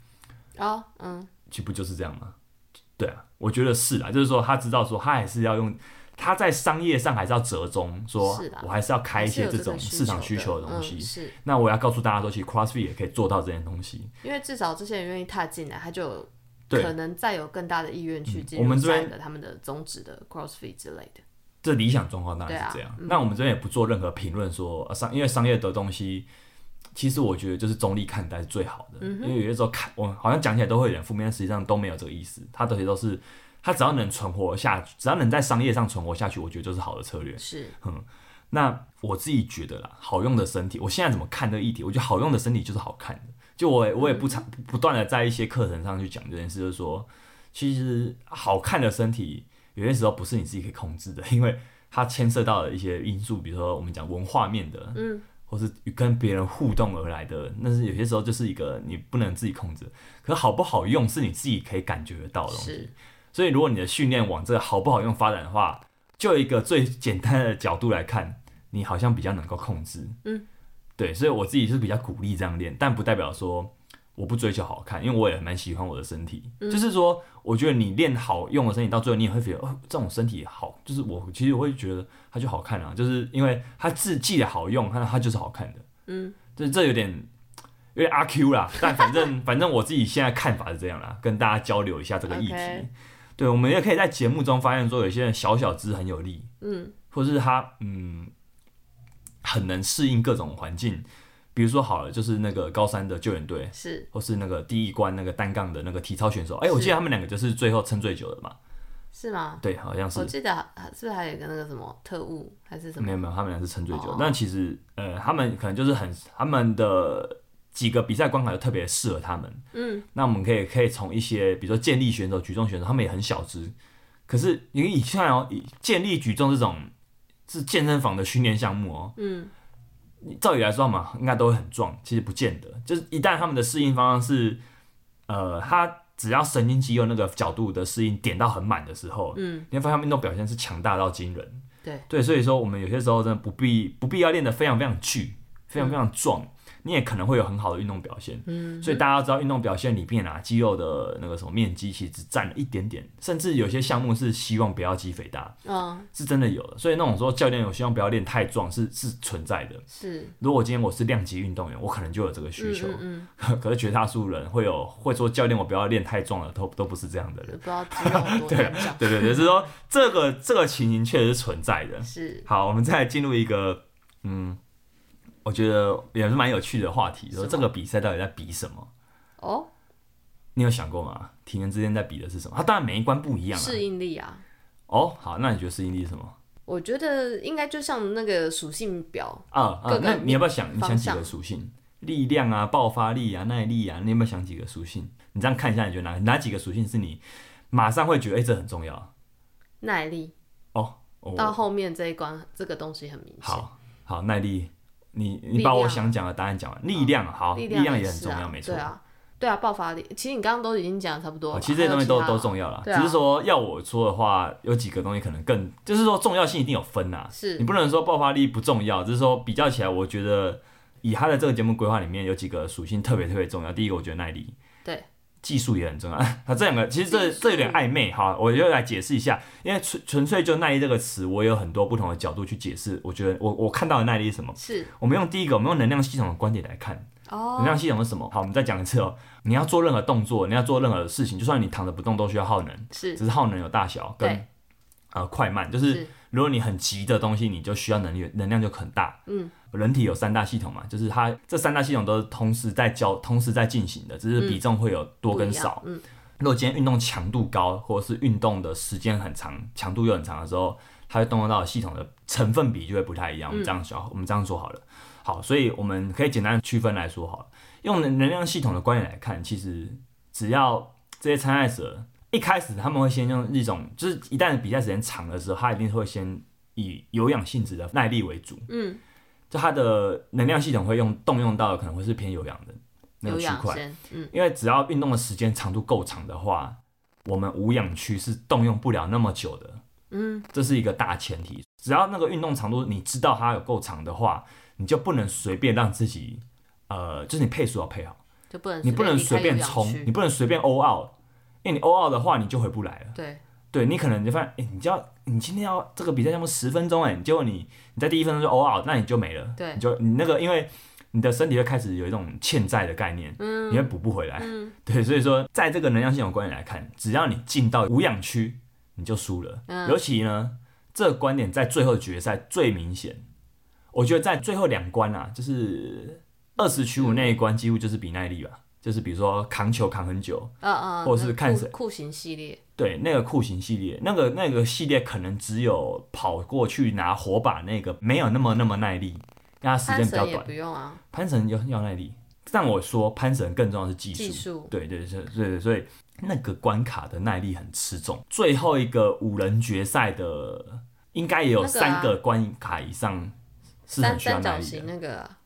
Speaker 2: 哦，嗯，
Speaker 1: 去不就是这样吗？对啊，我觉得是啊，就是说他知道说他还是要用，他在商业上还是要折中，说
Speaker 2: 是啊
Speaker 1: 我还是要开一些
Speaker 2: 还是
Speaker 1: 这
Speaker 2: 有这
Speaker 1: 种
Speaker 2: 个
Speaker 1: 市场需求
Speaker 2: 的
Speaker 1: 的东西。
Speaker 2: 嗯、是
Speaker 1: 那我要告诉大家说，其实 CrossFit 也可以做到这件东西。
Speaker 2: 因为至少这些人愿意踏进来，他就有
Speaker 1: 对嗯
Speaker 2: 可能再有更大的意愿去进
Speaker 1: 我
Speaker 2: 入
Speaker 1: 们这
Speaker 2: 下
Speaker 1: 边
Speaker 2: 一个他们的宗旨的 CrossFit 之类的。
Speaker 1: 这理想状况当然是这样。
Speaker 2: 对啊嗯
Speaker 1: 那我们这边也不做任何评论说、呃商，因为商业的东西，其实我觉得就是中立看待是最好的。
Speaker 2: 嗯
Speaker 1: 因为有些时候看我好像讲起来都会有点负面，实际上都没有这个意思。它东西都是，它只要能存活下去，只要能在商业上存活下去，我觉得就是好的策略。
Speaker 2: 是
Speaker 1: 那我自己觉得啦，好用的身体，我现在怎么看这个议题？我觉得好用的身体就是好看的。就我也我也不常不不断的在一些课程上去讲这件事，就是说，其实好看的身体有些时候不是你自己可以控制的， 因为它牵涉到了一些因素，比如说我们讲文化面的，嗯，或是与跟别人互动而来的，那是有些时候就是一个你不能自己控制的。可好不好用是你自己可以感觉得到的东西
Speaker 2: 是。
Speaker 1: 所以如果你的训练往这个好不好用发展的话，就一个最简单的角度来看，你好像比较能够控制。嗯，对，所以我自己是比较鼓励这样练，但不代表说我不追求好看，因为我也蛮喜欢我的身体。就是说，我觉得你练好用的身体，到最后你也会觉得，哦，这种身体好，就是我其实我会觉得它就好看啊，就是因为它自既然好用，它它就是好看的。嗯，这这有点。有点阿 Q 啦，但反正 反正我自己现在看法是这样啦，跟大家交流一下这个议题。
Speaker 2: OK
Speaker 1: 对，我们也可以在节目中发现说，有些人小小只很有力，嗯，或是他嗯很能适应各种环境，比如说好了，就是那个高三的救援队，
Speaker 2: 是，
Speaker 1: 或是那个第一关那个单杠的那个体操选手，哎、我
Speaker 2: 是
Speaker 1: 记得他们两个就是最后撑最久的嘛，
Speaker 2: 是吗？
Speaker 1: 对，好像是
Speaker 2: 我，记得还是不是还有一个那个什么特务还是什么？
Speaker 1: 没有没有，他们俩是撑最久，
Speaker 2: 哦
Speaker 1: 但其实呃，他们可能就是很他们的几个比赛关卡就特别适合他们，嗯，那我们可以可以从一些比如说健力选手、举重选手，他们也很小只，可是你以看哦，以健力举重这种是健身房的训练项目哦，嗯。照理来说嘛，应该都会很壮，其实不见得。就是一旦他们的适应方向是，呃，他只要神经肌肉那个角度的适应点到很满的时候，嗯，你会发现他们运动表现是强大到惊人。
Speaker 2: 对，
Speaker 1: 对，所以说我们有些时候真的不必不必要练得非常非常巨，非常非常壮，你也可能会有很好的运动表现。嗯，所以大家要知道，运动表现里面啊，肌肉的那个什么面积其实只占了一点点，甚至有些项目是希望不要肌肥大，
Speaker 2: 嗯，
Speaker 1: 是真的有的。所以那种说教练有希望不要练太壮是是存在的。
Speaker 2: 是，
Speaker 1: 如果今天我是量级运动员，我可能就有这个需求。
Speaker 2: 嗯
Speaker 1: 可是绝大多数人会有会说教练我不要练太壮了，都都不是这样的
Speaker 2: 嗯，
Speaker 1: 人。
Speaker 2: 不知道肌 肉多
Speaker 1: 对啊
Speaker 2: 增长，
Speaker 1: 对对对，就是说这个这个情形确实是存在的。
Speaker 2: 是
Speaker 1: 好，我们再进入一个，嗯，我觉得也是蛮有趣的话题，说
Speaker 2: 什么
Speaker 1: 这个比赛到底在比什么？
Speaker 2: 哦，
Speaker 1: 你有想过吗？体能之间在比的是什么？它当然每一关不一样啊。
Speaker 2: 适应力啊，
Speaker 1: 哦，好，那你觉得适应力是什么？
Speaker 2: 我觉得应该就像那个属性表，
Speaker 1: 啊啊
Speaker 2: 各，个
Speaker 1: 那你要不要想？你想
Speaker 2: 方
Speaker 1: 几个
Speaker 2: 向
Speaker 1: 属性？力量啊，爆发力啊，耐力啊，你有没有想几个属性？你这样看一下，你觉得哪哪几个属性是你马上会觉得哎、这很重要
Speaker 2: 耐力
Speaker 1: 哦？我
Speaker 2: 到后面这一关，这个东西很明显。
Speaker 1: 好好耐力，你你
Speaker 2: 力
Speaker 1: 把我
Speaker 2: 量
Speaker 1: 想讲的答案讲完。力量好，力
Speaker 2: 力
Speaker 1: 量
Speaker 2: 也
Speaker 1: 很
Speaker 2: 是
Speaker 1: 重
Speaker 2: 啊
Speaker 1: 要，没错
Speaker 2: 对。啊，对啊，爆发力。其实你刚刚都已经讲得差不多
Speaker 1: 哦
Speaker 2: 了吧，
Speaker 1: 其实这些东西都
Speaker 2: 还有
Speaker 1: 都
Speaker 2: 其他
Speaker 1: 重要啦，
Speaker 2: 对啊
Speaker 1: 只是说要我说的话，有几个东西可能更，就是说重要性一定有分啊呐、
Speaker 2: 是
Speaker 1: 你不能说爆发力不重要，只是说比较起来，我觉得以他的这个节目规划里面有几个属性特别特别重要。第一个，我觉得耐力，
Speaker 2: 对，
Speaker 1: 技术也很重要。 他这两个其实这
Speaker 2: 技术
Speaker 1: 这有点暧昧哈，我就来解释一下，因为纯纯粹就耐力这个词，我有很多不同的角度去解释。我觉得我我看到的耐力是什么？
Speaker 2: 是
Speaker 1: 我们用第一个，我们用能量系统的观点来看，能
Speaker 2: 哦，
Speaker 1: 量系统是什么？好，我们再讲一次哦。你要做任何动作，你要做任何事情，就算你躺着不动，都需要耗能，
Speaker 2: 是
Speaker 1: 只是耗能有大小跟
Speaker 2: 对
Speaker 1: 呃快慢。就是
Speaker 2: 是
Speaker 1: 如果你很急的东西，你就需要能源能量就很大。
Speaker 2: 嗯，
Speaker 1: 人体有三大系统嘛，就是它这三大系统都是同时在交同时在进行的，只是比重会有多
Speaker 2: 不一
Speaker 1: 跟
Speaker 2: 样
Speaker 1: 少。
Speaker 2: 嗯，
Speaker 1: 如果今天运动强度高，或者是运动的时间很长，强度又很长的时候，它会动用到的系统的成分比就会不太一
Speaker 2: 嗯
Speaker 1: 样。我们这样说，我们这样说好了。好，所以我们可以简单区分来说好了。用能能量系统的观点来看，其实只要这些参赛者一开始他们会先用一种，就是一旦比赛时间长的时候，他一定会先以有氧性质的耐力为主。
Speaker 2: 嗯，
Speaker 1: 就他的能量系统会用动用到的可能会是偏有氧的那个
Speaker 2: 有
Speaker 1: 区
Speaker 2: 氧
Speaker 1: 块。
Speaker 2: 先，嗯，
Speaker 1: 因为只要运动的时间长度够长的话，我们无氧区是动用不了那么久的。嗯，这是一个大前提。只要那个运动长度你知道它有够长的话，你就不能随便让自己，呃，就是你配速要配好，
Speaker 2: 就不能
Speaker 1: 你不能随
Speaker 2: 便
Speaker 1: 便
Speaker 2: 离开有氧
Speaker 1: 冲，
Speaker 2: 区
Speaker 1: 你不能随便 all out。因为你 all out 的话，你就回不来了。
Speaker 2: 对，
Speaker 1: 对你可能就发现，哎、你就要你今天要这个比赛项目十分钟，哎，结果你你在第一分钟就 all out，那你就没了。
Speaker 2: 对
Speaker 1: 你就你那个因为。你的身体会开始有一种欠债的概念，嗯，你会补不回来，嗯，对，所以说，在这个能量系统观点来看，只要你进到无氧区，你就输了。
Speaker 2: 嗯
Speaker 1: 尤其呢，这个观点在最后决赛最明显。我觉得在最后两关啊，就是二十取五那一关，几乎就是比耐力吧，就是比如说扛球扛很久，
Speaker 2: 嗯嗯，
Speaker 1: 或者是
Speaker 2: 那
Speaker 1: 看
Speaker 2: 酷
Speaker 1: 谁
Speaker 2: 酷刑系列，
Speaker 1: 对，那个酷刑系列，那个那个系列可能只有跑过去拿火把那个没有那么那么耐力，因为它时间
Speaker 2: 潘
Speaker 1: 比较
Speaker 2: 神也
Speaker 1: 短
Speaker 2: 不。用啊，
Speaker 1: 攀绳要要耐力，但我说攀绳更重要的是技术。
Speaker 2: 技术
Speaker 1: 对对是，对对，所以那个关卡的耐力很吃重。最后一个五人决赛的，应该也有
Speaker 2: 那个啊
Speaker 1: 三个关卡以上是
Speaker 2: 三
Speaker 1: 很需要
Speaker 2: 三
Speaker 1: 耐
Speaker 2: 角
Speaker 1: 力的
Speaker 2: 形那个啊，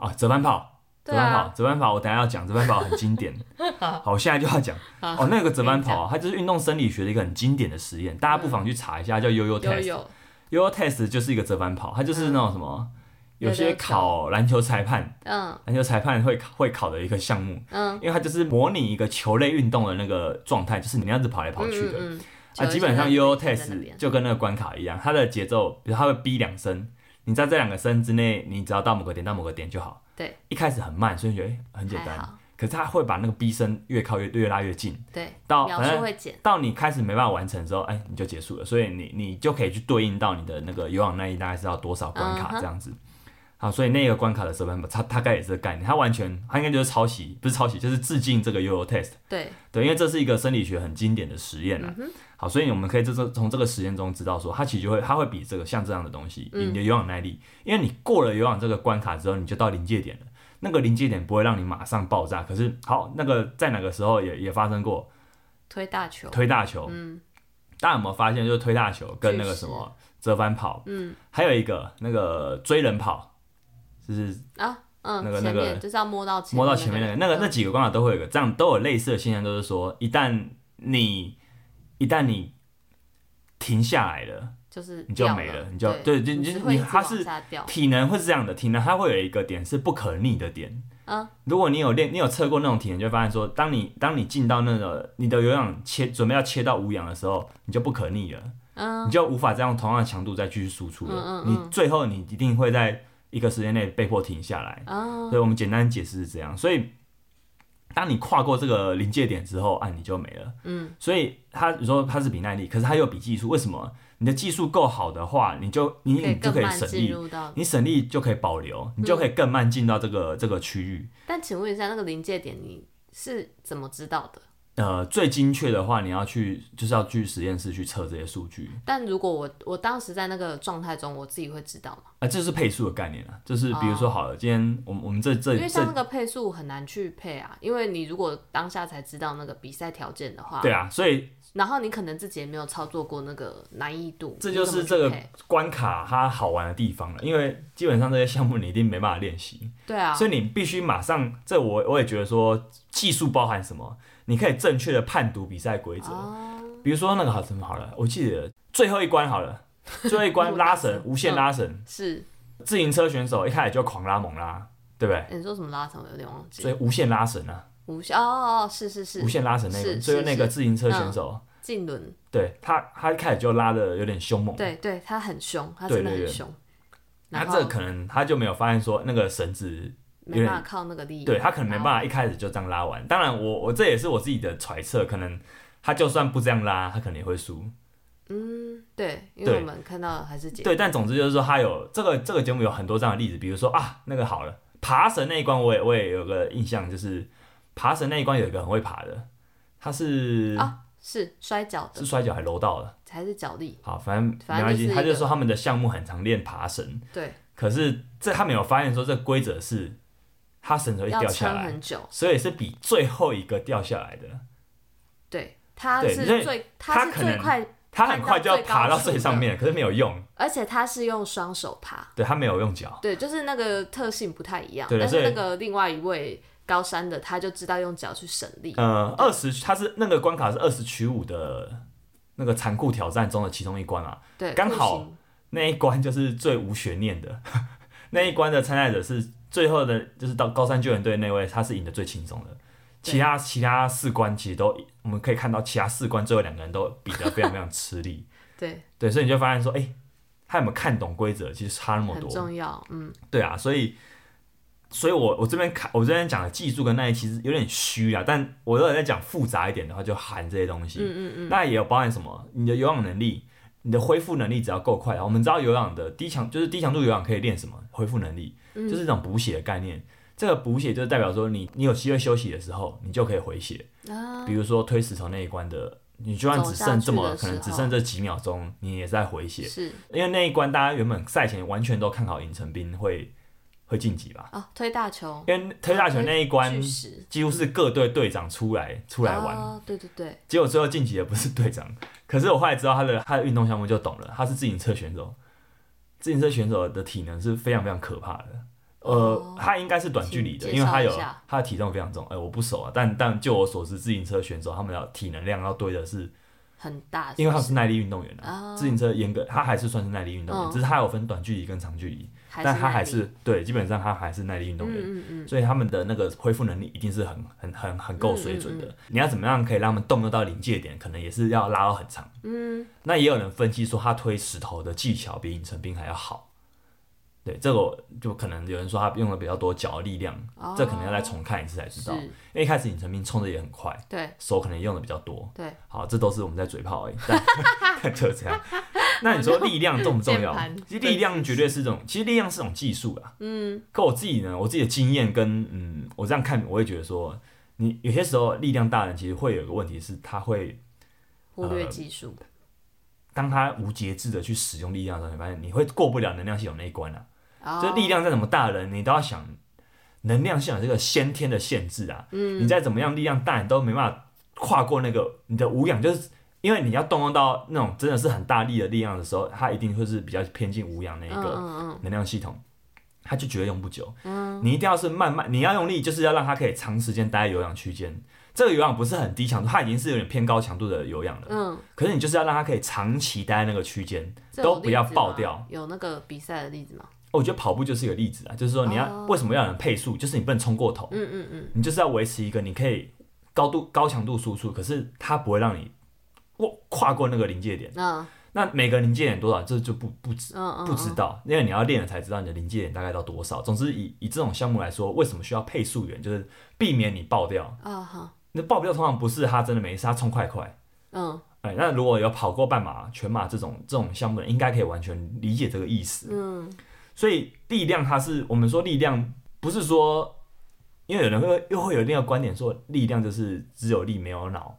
Speaker 1: 啊。折返跑，折
Speaker 2: 对
Speaker 1: 返跑
Speaker 2: 啊，，
Speaker 1: 折返跑，我等一下要讲折返跑很经典。 好，我现在就要讲哦，那个折返跑啊，它就是运动生理学的一个很经典的实验，大家不妨去查一下，叫悠嗯悠嗯 test
Speaker 2: 游。泳，
Speaker 1: 悠悠 test 就是一个折返跑，它就是那种什么，有
Speaker 2: 溜
Speaker 1: 些
Speaker 2: 溜球
Speaker 1: 考篮球裁判。
Speaker 2: 嗯
Speaker 1: 篮球裁判会考会考的一个项目，
Speaker 2: 嗯，
Speaker 1: 因为它就是模拟一个球类运动的那个状态，就是你那样子跑来跑去的。
Speaker 2: 嗯嗯嗯
Speaker 1: 啊，
Speaker 2: 球
Speaker 1: 基本上
Speaker 2: 就
Speaker 1: U
Speaker 2: 在那边在那
Speaker 1: test
Speaker 2: 边
Speaker 1: 就跟那个关卡一样，它的节奏，比如它会逼两声，你在这两个声之内，你只要到某个点到某个点就好。
Speaker 2: 对，
Speaker 1: 一开始很慢，所以觉得、诶很简
Speaker 2: 还
Speaker 1: 单
Speaker 2: 好，
Speaker 1: 可是它会把那个逼声越靠越越拉越近，
Speaker 2: 对，
Speaker 1: 到
Speaker 2: 描
Speaker 1: 反
Speaker 2: 述
Speaker 1: 正
Speaker 2: 会减，
Speaker 1: 到你开始没办法完成之后，哎、你就结束了，所以你你就可以去对应到你的那个有氧耐力大概是要多少关
Speaker 2: 嗯
Speaker 1: 卡
Speaker 2: 哼
Speaker 1: 这样子。好，所以那个关卡的折返跑，它它大概也是个概念，它完全它应该就是抄袭，不是抄袭，就是致敬这个 Yo Yo Test。
Speaker 2: 对，
Speaker 1: 对，因为这是一个生理学很经典的实验
Speaker 2: 嗯
Speaker 1: 啊。好，所以我们可以这这从这个实验中知道说，它其实就会它会比这个像这样的东西，你
Speaker 2: 嗯
Speaker 1: 的有氧耐力，因为你过了有氧这个关卡之后，你就到临界点了。那个临界点不会让你马上爆炸，可是好，那个在哪个时候也也发生过，
Speaker 2: 推大球，
Speaker 1: 推大球，
Speaker 2: 嗯，
Speaker 1: 大家有没有发现，就是推大球跟那个什么折返跑，
Speaker 2: 嗯，
Speaker 1: 还有一个那个追人跑，就是
Speaker 2: 啊，嗯，
Speaker 1: 那个那
Speaker 2: 前
Speaker 1: 个
Speaker 2: 面就是要摸到前
Speaker 1: 摸到
Speaker 2: 面
Speaker 1: 前面那个那个那
Speaker 2: 嗯
Speaker 1: 几个关卡都会有一个这样都有类似的现象，都是说一旦你一旦你停下来了，
Speaker 2: 就是
Speaker 1: 你就
Speaker 2: 掉
Speaker 1: 没
Speaker 2: 了
Speaker 1: 了，你就
Speaker 2: 对，
Speaker 1: 对，就
Speaker 2: 你
Speaker 1: 就
Speaker 2: 只会一
Speaker 1: 你
Speaker 2: 直
Speaker 1: 它
Speaker 2: 往
Speaker 1: 是
Speaker 2: 下掉，
Speaker 1: 体能会是这样的，体能它会有一个点是不可逆的点。
Speaker 2: 嗯，
Speaker 1: 如果你有练，你有测过那种体能，就会发现说，当你当你进到那个你的有氧切准备要切到无氧的时候，你就不可逆了。
Speaker 2: 嗯，
Speaker 1: 你就无法再用同样的强度再继续输出了
Speaker 2: 嗯。嗯嗯
Speaker 1: 你最后你一定会在一个时间内被迫停下来。
Speaker 2: 啊
Speaker 1: 所以我们简单解释是这样。所以当你跨过这个临界点之后，啊，你就没了。
Speaker 2: 嗯，
Speaker 1: 所以他你说他是比耐力，可是他又比技术，为什么？你的技术够好的话，你就你
Speaker 2: 可以
Speaker 1: 你就
Speaker 2: 更
Speaker 1: 可以
Speaker 2: 慢
Speaker 1: 省
Speaker 2: 进
Speaker 1: 力，
Speaker 2: 入嗯到。
Speaker 1: 你省力就可以保留，你就可以更慢进到这个这个区域。
Speaker 2: 但请问一下，那个临界点你是怎么知道的？
Speaker 1: 呃，最精确的话，你要去就是要去实验室去测这些数据。
Speaker 2: 但如果我我当时在那个状态中，我自己会知道吗？
Speaker 1: 啊，这是配速的概念啊，就是比如说好了，今天我们我们这这
Speaker 2: 因为像那
Speaker 1: 这，
Speaker 2: 个配速很难去配啊，因为你如果当下才知道那个比赛条件的话，
Speaker 1: 对啊，所以
Speaker 2: 然后你可能自己也没有操作过那个难易度，
Speaker 1: 这
Speaker 2: 你
Speaker 1: 就
Speaker 2: 怎么
Speaker 1: 是
Speaker 2: 去
Speaker 1: 这个
Speaker 2: 配
Speaker 1: 关卡它好玩的地方了，因为基本上这些项目你一定没办法练习，
Speaker 2: 对啊，
Speaker 1: 所以你必须马上，这我我也觉得说技术包含什么，你可以正确的判读比赛规则，
Speaker 2: 啊，
Speaker 1: 比如说那个好什么好了，我记得最后一关好了，最后一关
Speaker 2: 我
Speaker 1: 拉
Speaker 2: 拉
Speaker 1: 绳
Speaker 2: 绳，
Speaker 1: 无限
Speaker 2: 嗯
Speaker 1: 拉绳，
Speaker 2: 是
Speaker 1: 自行车选手一开始就狂拉猛拉，对不对？
Speaker 2: 你说什么拉长，我有点忘记
Speaker 1: 所以，无限拉绳啊，
Speaker 2: 无效哦哦，是是是
Speaker 1: 无，限拉绳那个，
Speaker 2: 是
Speaker 1: 最后
Speaker 2: 是
Speaker 1: 那个
Speaker 2: 是
Speaker 1: 自行车选
Speaker 2: 嗯
Speaker 1: 手。
Speaker 2: 进轮，
Speaker 1: 对他，他一开始就拉的有点凶猛，
Speaker 2: 对对，他很凶，他
Speaker 1: 对
Speaker 2: 真的
Speaker 1: 对
Speaker 2: 很
Speaker 1: 对
Speaker 2: 凶，
Speaker 1: 那
Speaker 2: 然
Speaker 1: 这
Speaker 2: 后
Speaker 1: 可能他就没有发现说那个绳子，
Speaker 2: 没办法靠那个力，
Speaker 1: 对他可能没办
Speaker 2: 法，
Speaker 1: 法一开始就这样拉完。当然我，我这也是我自己的揣测，可能他就算不这样拉，他可能也会输。
Speaker 2: 嗯，对，因为
Speaker 1: 对
Speaker 2: 我们看到的还是姐，
Speaker 1: 对，但总之就是说，他有这个这个节目有很多这样的例子，比如说啊，那个好了，爬绳那一关，我也我也有个印象，就是爬绳那一关有一个很会爬的，他是、
Speaker 2: 啊，是摔跤的
Speaker 1: 是摔跤还楼道了，
Speaker 2: 还是脚力？
Speaker 1: 好，反正
Speaker 2: 反
Speaker 1: 没
Speaker 2: 正
Speaker 1: 关
Speaker 2: 就
Speaker 1: 系，
Speaker 2: 是
Speaker 1: 他
Speaker 2: 一
Speaker 1: 就
Speaker 2: 个
Speaker 1: 说他们的项目很常练爬绳，
Speaker 2: 对，
Speaker 1: 可是这他没有发现说这规则是他绳子会
Speaker 2: 要
Speaker 1: 掉下
Speaker 2: 撑
Speaker 1: 来，
Speaker 2: 很久，
Speaker 1: 所以是比最后一个掉下来的，
Speaker 2: 对，他
Speaker 1: 对所以
Speaker 2: 是最
Speaker 1: 他
Speaker 2: 他是
Speaker 1: 可
Speaker 2: 最
Speaker 1: 能
Speaker 2: 快，
Speaker 1: 他很快就要爬到最上面，可是没有用，
Speaker 2: 而且他是用双手爬，
Speaker 1: 对他没有用脚，
Speaker 2: 对，就是那个特性不太一样，
Speaker 1: 对
Speaker 2: 但
Speaker 1: 所
Speaker 2: 是
Speaker 1: 以
Speaker 2: 那个另外一位高山的他就知道用脚去省力，
Speaker 1: 呃，二十他是那个关卡是二十取五的那个残酷挑战中的其中一关啊，
Speaker 2: 对，
Speaker 1: 刚
Speaker 2: 酷
Speaker 1: 好
Speaker 2: 刑
Speaker 1: 那一关就是最无悬念的， 那一关的参赛者是最后的，就是到高山救援队那位，他是赢得最轻松的，其他其他四关其实都，我们可以看到其他四关最后两个人都比得非常非常吃力。
Speaker 2: 对，
Speaker 1: 对，所以你就发现说，哎、他有没有看懂规则，其实差那么
Speaker 2: 很
Speaker 1: 多。
Speaker 2: 重要，嗯，
Speaker 1: 对啊，所以，所以我我这边看我这边讲的技术跟那些其实有点虚啊，但我如果在讲复杂一点的话，就含这些东西。嗯嗯嗯。那也有包含什么？你的有氧能力，你的恢复能力只要够快啊。我们知道有氧的低强就是低强度有氧可以练什么？恢复能力，
Speaker 2: 嗯
Speaker 1: 就是一种补血的概念。这个补血就是代表说你你有机会休息的时候，你就可以回血。
Speaker 2: 啊，
Speaker 1: 比如说推石头那一关的，你就算只剩这
Speaker 2: 走
Speaker 1: 么可
Speaker 2: 下去的时候
Speaker 1: 能只剩这几秒钟，你也是在回血。
Speaker 2: 是
Speaker 1: 因为那一关大家原本赛前完全都看好尹成斌会会晋级吧，
Speaker 2: 哦，推大球，
Speaker 1: 因为推大
Speaker 2: 啊
Speaker 1: 球那一关
Speaker 2: 巨石
Speaker 1: 几乎是各队队长出来出来玩，
Speaker 2: 哦，对对对，
Speaker 1: 结果最后晋级的不是队长，可是我后来知道他的他的运动项目就懂了，他是自行车选手，自行车选手的体能是非常非常可怕的。呃，
Speaker 2: 哦
Speaker 1: 他应该是短距离的，
Speaker 2: 请介
Speaker 1: 因为他有
Speaker 2: 绍一下
Speaker 1: 他的体重非常重。哎、我不熟啊，但但就我所知，自行车选手他们要体能量要堆的是
Speaker 2: 很大，
Speaker 1: 因为他
Speaker 2: 是
Speaker 1: 是耐力运动员啊，
Speaker 2: 哦
Speaker 1: 自行车严格他还是算是耐力运动员，
Speaker 2: 嗯
Speaker 1: 只是他有分短距离跟长距离，
Speaker 2: 不是
Speaker 1: 但他还
Speaker 2: 耐力
Speaker 1: 是对，基本上他还是耐力运动员，
Speaker 2: 嗯嗯嗯，
Speaker 1: 所以他们的那个恢复能力一定是很很很很够水准
Speaker 2: 嗯
Speaker 1: 的。你要怎么样可以让他们动用到临界点，可能也是要拉到很长。嗯，那也有人分析说他推石头的技巧比尹成斌还要好。对，这个我就可能有人说他用了比较多脚的力量，
Speaker 2: 哦
Speaker 1: 这可能要再重看一次才知道。
Speaker 2: 是
Speaker 1: 因为一开始尹成斌冲的也很快，
Speaker 2: 对
Speaker 1: 手可能用的比较多，
Speaker 2: 对，
Speaker 1: 好，这都是我们在嘴炮而已， 但但就这样。那你说力量重不重要
Speaker 2: 键盘？
Speaker 1: 其实力量绝对是这种，其实力量是种技术啦。
Speaker 2: 嗯，
Speaker 1: 可我自己呢，我自己的经验跟嗯，我这样看，我也觉得说，你有些时候力量大人其实会有一个问题是，他会
Speaker 2: 忽略
Speaker 1: 呃
Speaker 2: 技术，
Speaker 1: 当他无节制的去使用力量的时候，你发现你会过不了能量系统那一关啊。
Speaker 2: 哦
Speaker 1: 就是力量再怎么大人，你都要想能量系统这个先天的限制啊。嗯，你再怎么样力量大，你都没办法跨过那个你的无氧，就是因为你要动用到那种真的是很大力的力量的时候，它一定会是比较偏近无氧那一
Speaker 2: 嗯
Speaker 1: 个
Speaker 2: 嗯嗯，
Speaker 1: 能量系统。它就绝对用不久，你一定要是慢慢，你要用力，就是要让它可以长时间待在有氧区间。这个有氧不是很低强度，它已经是有点偏高强度的有氧了。
Speaker 2: 嗯，
Speaker 1: 可是你就是要让它可以长期待在那个区间，
Speaker 2: 这有
Speaker 1: 都不要
Speaker 2: 例子
Speaker 1: 爆
Speaker 2: 吗
Speaker 1: 掉。。
Speaker 2: 有那个比赛的例子吗？
Speaker 1: 哦我觉得跑步就是一个例子啊，就是说你要、
Speaker 2: 哦
Speaker 1: 为什么要有人配速，就是你不能冲过头，
Speaker 2: 嗯嗯嗯，
Speaker 1: 你就是要维持一个你可以高度高强度输出，可是它不会让你过跨过那个临界点。
Speaker 2: 那
Speaker 1: 那每个临界点多少，这就不不知
Speaker 2: 嗯嗯，
Speaker 1: 不知
Speaker 2: 嗯
Speaker 1: 道，因为你要练了才知道你的临界点大概到多少。总之以以这种项目来说，为什么需要配速员，就是避免你爆掉。
Speaker 2: 啊哈，
Speaker 1: 那爆掉通常不是他真的没事，他冲快快。
Speaker 2: 嗯
Speaker 1: 哎，那如果有跑过半马、全马这种这种项目的，应该可以完全理解这个意思。
Speaker 2: 嗯，
Speaker 1: 所以力量，它是我们说力量，不是说，因为有人会又会有另一个观点说，力量就是只有力没有脑。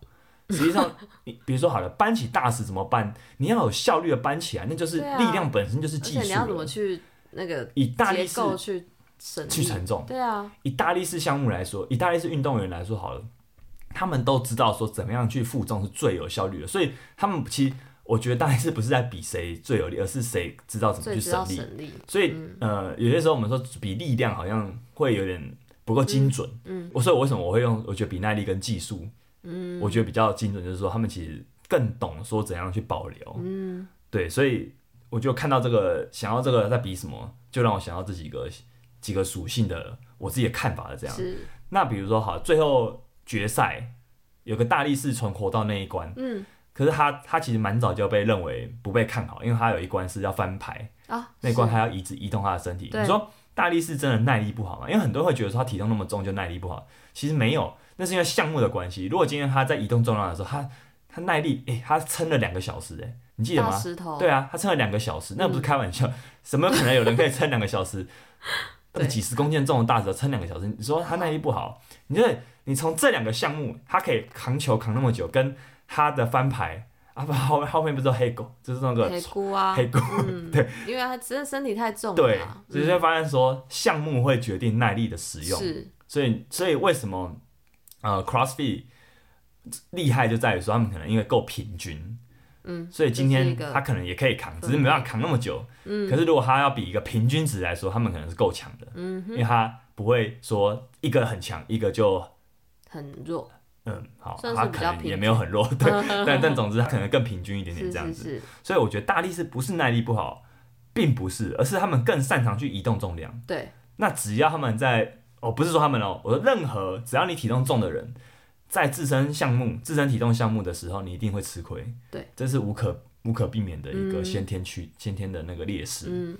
Speaker 1: 实 际上，你比如说好了，搬起大石怎么搬？你要有效率的搬起来，那就是
Speaker 2: 对啊
Speaker 1: 力量本身就是
Speaker 2: 而
Speaker 1: 技
Speaker 2: 且你
Speaker 1: 术
Speaker 2: 要怎
Speaker 1: 了。
Speaker 2: 么去那个
Speaker 1: 以大力
Speaker 2: 结
Speaker 1: 士
Speaker 2: 构去审
Speaker 1: 去
Speaker 2: 议
Speaker 1: 承重，
Speaker 2: 对啊，
Speaker 1: 以大力士项目来说，以大力士运动员来说好了，他们都知道说怎么样去负重是最有效率的，所以他们其实我觉得大力士不是在比谁最有力，而是谁知道怎么
Speaker 2: 最
Speaker 1: 去
Speaker 2: 知道
Speaker 1: 省力。
Speaker 2: 省力，
Speaker 1: 所以、呃，有些时候我们说比力量好像会有点不够精准，嗯，我所以我为什么我会用？我觉得比耐力跟技术，嗯，我觉得比较精准，就是说他们其实更懂说怎样去保留，嗯，对，所以我就看到这个想要这个在比什么，就让我想到这几个几个属性的我自己的看法的这样。
Speaker 2: 是
Speaker 1: 那比如说好，最后决赛有个大力士存活到那一关，
Speaker 2: 嗯，
Speaker 1: 可是他他其实蛮早就被认为不被看好，因为他有一关是要翻牌。
Speaker 2: 啊，
Speaker 1: 那一关
Speaker 2: 是
Speaker 1: 还要移植移动他的身体。
Speaker 2: 对
Speaker 1: 你说大力士真的耐力不好吗？因为很多人会觉得说他体重那么重就耐力不好，其实没有，那是因为项目的关系。如果今天他在移动重量的时候，他他耐力，诶、他撑了两个小时、诶，你记得
Speaker 2: 大
Speaker 1: 吗？
Speaker 2: 石头，
Speaker 1: 对啊，他撑了两个小时，那
Speaker 2: 嗯
Speaker 1: 不是开 玩笑，怎么可能有人可以撑两个小时？
Speaker 2: 对
Speaker 1: 几十公斤重的大石头撑两个小时，你说他耐力不好？你这你从这两个项目，他可以扛球扛那么久，跟他的翻牌啊不后后面不是有黑狗，就是那个
Speaker 2: 黑菇啊，
Speaker 1: 黑狗，
Speaker 2: 嗯，对，因为他真的身体太重
Speaker 1: 对
Speaker 2: 了啊，，
Speaker 1: 所以就会发现说项目会决定耐力的使用，
Speaker 2: 嗯是
Speaker 1: 所以所以为什么呃 CrossFit 厉害就在于说他们可能因为够平均，
Speaker 2: 嗯，
Speaker 1: 所以今
Speaker 2: 这是
Speaker 1: 天
Speaker 2: 一个
Speaker 1: 他可能也可以扛，
Speaker 2: 分配
Speaker 1: 只是没办法扛那么久，嗯，可是如果他要比一个平均值来说，他们可能是够强的，嗯，因为他不会说一个很强，一个就
Speaker 2: 很弱，
Speaker 1: 嗯好，
Speaker 2: 算是
Speaker 1: 他
Speaker 2: 比
Speaker 1: 可
Speaker 2: 较
Speaker 1: 能
Speaker 2: 平
Speaker 1: 也
Speaker 2: 均
Speaker 1: 没有很 弱，对，但但总之他可能更平均一点点
Speaker 2: 是
Speaker 1: 这样
Speaker 2: 是
Speaker 1: 子，
Speaker 2: 是，
Speaker 1: 所以我觉得大力士不是耐力不好，并不是，而是他们更擅长去移动重量。
Speaker 2: 对，
Speaker 1: 那只要他们在哦，不是说他们哦，我说任何只要你体重重的人，在自身项目、自身体重项目的时候，你一定会吃亏。
Speaker 2: 对，
Speaker 1: 这是无可无可避免的一个先天去、先天的那个劣势。
Speaker 2: 嗯，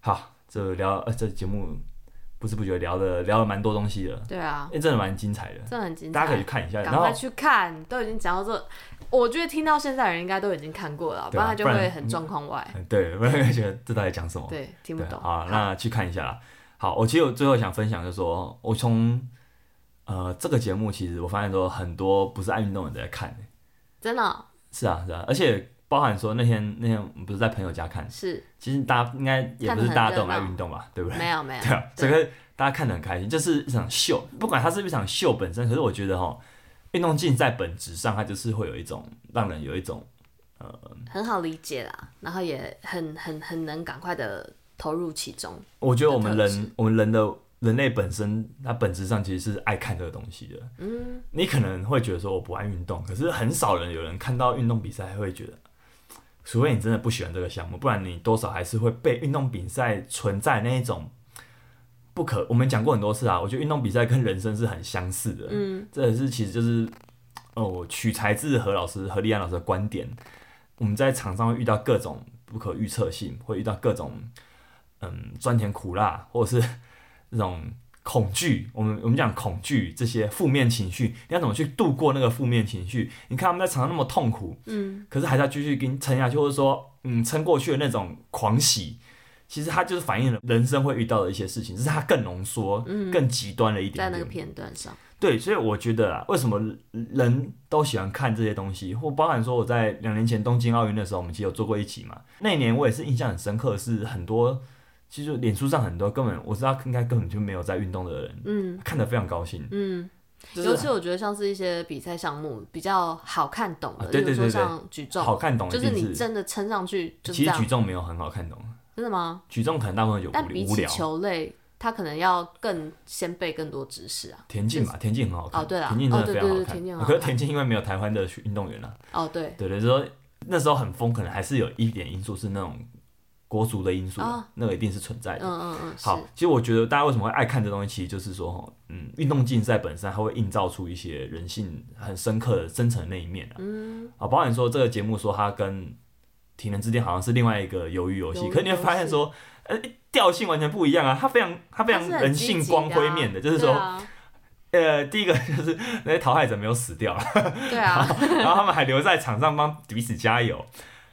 Speaker 1: 好，这聊呃这节目不知不觉聊的聊了蛮多东西了，
Speaker 2: 对啊
Speaker 1: 哎、，真的蛮精彩的，
Speaker 2: 这很精彩，
Speaker 1: 大家可以去看一下。然
Speaker 2: 赶
Speaker 1: 后
Speaker 2: 快去看，都已经讲到这，我觉得听到现在的人应该都已经看过了，不
Speaker 1: 对啊
Speaker 2: 然他就
Speaker 1: 不然
Speaker 2: 会很状况外，
Speaker 1: 嗯对，不然觉得这到底讲什么？
Speaker 2: 对，听不
Speaker 1: 对，
Speaker 2: 懂。
Speaker 1: 好，那去看一下啦。好，我其实我最后想分享就是说，我从呃这个节目，其实我发现说很多不是爱运动的人在看、欸
Speaker 2: 真的哦
Speaker 1: 是啊，是啊，而且包含说那天那天我们不是在朋友家看，
Speaker 2: 是
Speaker 1: 其实大家应该也不是大家都很爱运动吧，对不对？
Speaker 2: 没有没 有
Speaker 1: 对，啊，这个大家看得很开心，就是一场秀，不管它是不是一场秀本身，可是我觉得哈，运动竞赛本质上它就是会有一种让人有一种
Speaker 2: 很好理解啦，然后也很很很能赶快的投入其中。
Speaker 1: 我觉得我们
Speaker 2: 的特质
Speaker 1: 人，我们人的人类本身，它本质上其实是爱看这个东西的。嗯，你可能会觉得说我不爱运动，可是很少人有人看到运动比赛会觉得，除非你真的不喜欢这个项目，不然你多少还是会被运动比赛存在那一种。不可，我们讲过很多次啊。我觉得运动比赛跟人生是很相似的，嗯，这也是其实就是，哦，我取材自何老师、何立安老师的观点。我们在场上会遇到各种不可预测性，会遇到各种嗯酸甜苦辣，或者是那种恐惧，我们我们讲恐惧这些负面情绪，你要怎么去度过那个负面情绪？你看他们在场上那么痛苦，嗯，可是还是要继续给你撑下去，或者说嗯撑过去的那种狂喜，其实它就是反映了人生会遇到的一些事情，只是它更浓缩、更极端了一点
Speaker 2: 嗯在
Speaker 1: 点。
Speaker 2: 那个片段上，
Speaker 1: 对，所以我觉得啊，为什么人都喜欢看这些东西，或包含说我在两年前东京奥运的时候，我们其实有做过一期嘛。那一年我也是印象很深刻，的是很多其实脸书上很多根本我知道应该根本就没有在运动的人，
Speaker 2: 嗯
Speaker 1: 看得非常高兴。
Speaker 2: 嗯，
Speaker 1: 就是
Speaker 2: 尤其我觉得像是一些比赛项目比较好看懂的，
Speaker 1: 啊
Speaker 2: 比
Speaker 1: 对
Speaker 2: 如
Speaker 1: 对
Speaker 2: 说
Speaker 1: 对对
Speaker 2: 像举
Speaker 1: 好
Speaker 2: 重，
Speaker 1: 看懂一
Speaker 2: 就是
Speaker 1: 定
Speaker 2: 你
Speaker 1: 是，
Speaker 2: 真的撑上去就是
Speaker 1: 其
Speaker 2: 这
Speaker 1: 实举
Speaker 2: 样，
Speaker 1: 重没有很好看懂，
Speaker 2: 真的吗？
Speaker 1: 举重可能大部分有
Speaker 2: 但
Speaker 1: 无
Speaker 2: 比
Speaker 1: 无
Speaker 2: 起
Speaker 1: 聊。
Speaker 2: 球类，它可能要更先备更多知识啊。
Speaker 1: 田径嘛，田径很好看。
Speaker 2: 哦对啦
Speaker 1: 田径真的
Speaker 2: 哦对
Speaker 1: 非常
Speaker 2: 对
Speaker 1: 好看。
Speaker 2: 对田径很好
Speaker 1: 可是
Speaker 2: 看
Speaker 1: 田径因为没有台湾的运动员啊，
Speaker 2: 哦，对，
Speaker 1: 对对，就是说那时候很疯，可能还是有一点因素是那种国足的因素，啊
Speaker 2: 哦
Speaker 1: 那个一定是存在
Speaker 2: 嗯
Speaker 1: 的。
Speaker 2: 嗯嗯，是
Speaker 1: 好，其实我觉得大家为什么会爱看这东西，其实就是说，哈，嗯，运动竞赛本身它会映照出一些人性很深刻的、深层的那一面啊。嗯，啊，包含说这个节目说它跟体能之巅好像是另外一个鱿鱼游
Speaker 2: 鱿
Speaker 1: 戏，
Speaker 2: 鱼
Speaker 1: 可是你会发现说，呃，调性完全不一样啊，它非常它非
Speaker 2: 它
Speaker 1: 常
Speaker 2: 是很
Speaker 1: 人
Speaker 2: 积极
Speaker 1: 性
Speaker 2: 的
Speaker 1: 光辉
Speaker 2: 啊
Speaker 1: 面的，就是
Speaker 2: 对
Speaker 1: 说，
Speaker 2: 啊
Speaker 1: 呃，第一个就是 那些淘汰者没有死掉，
Speaker 2: 对啊，
Speaker 1: 然后他们还留在场上帮彼此加油。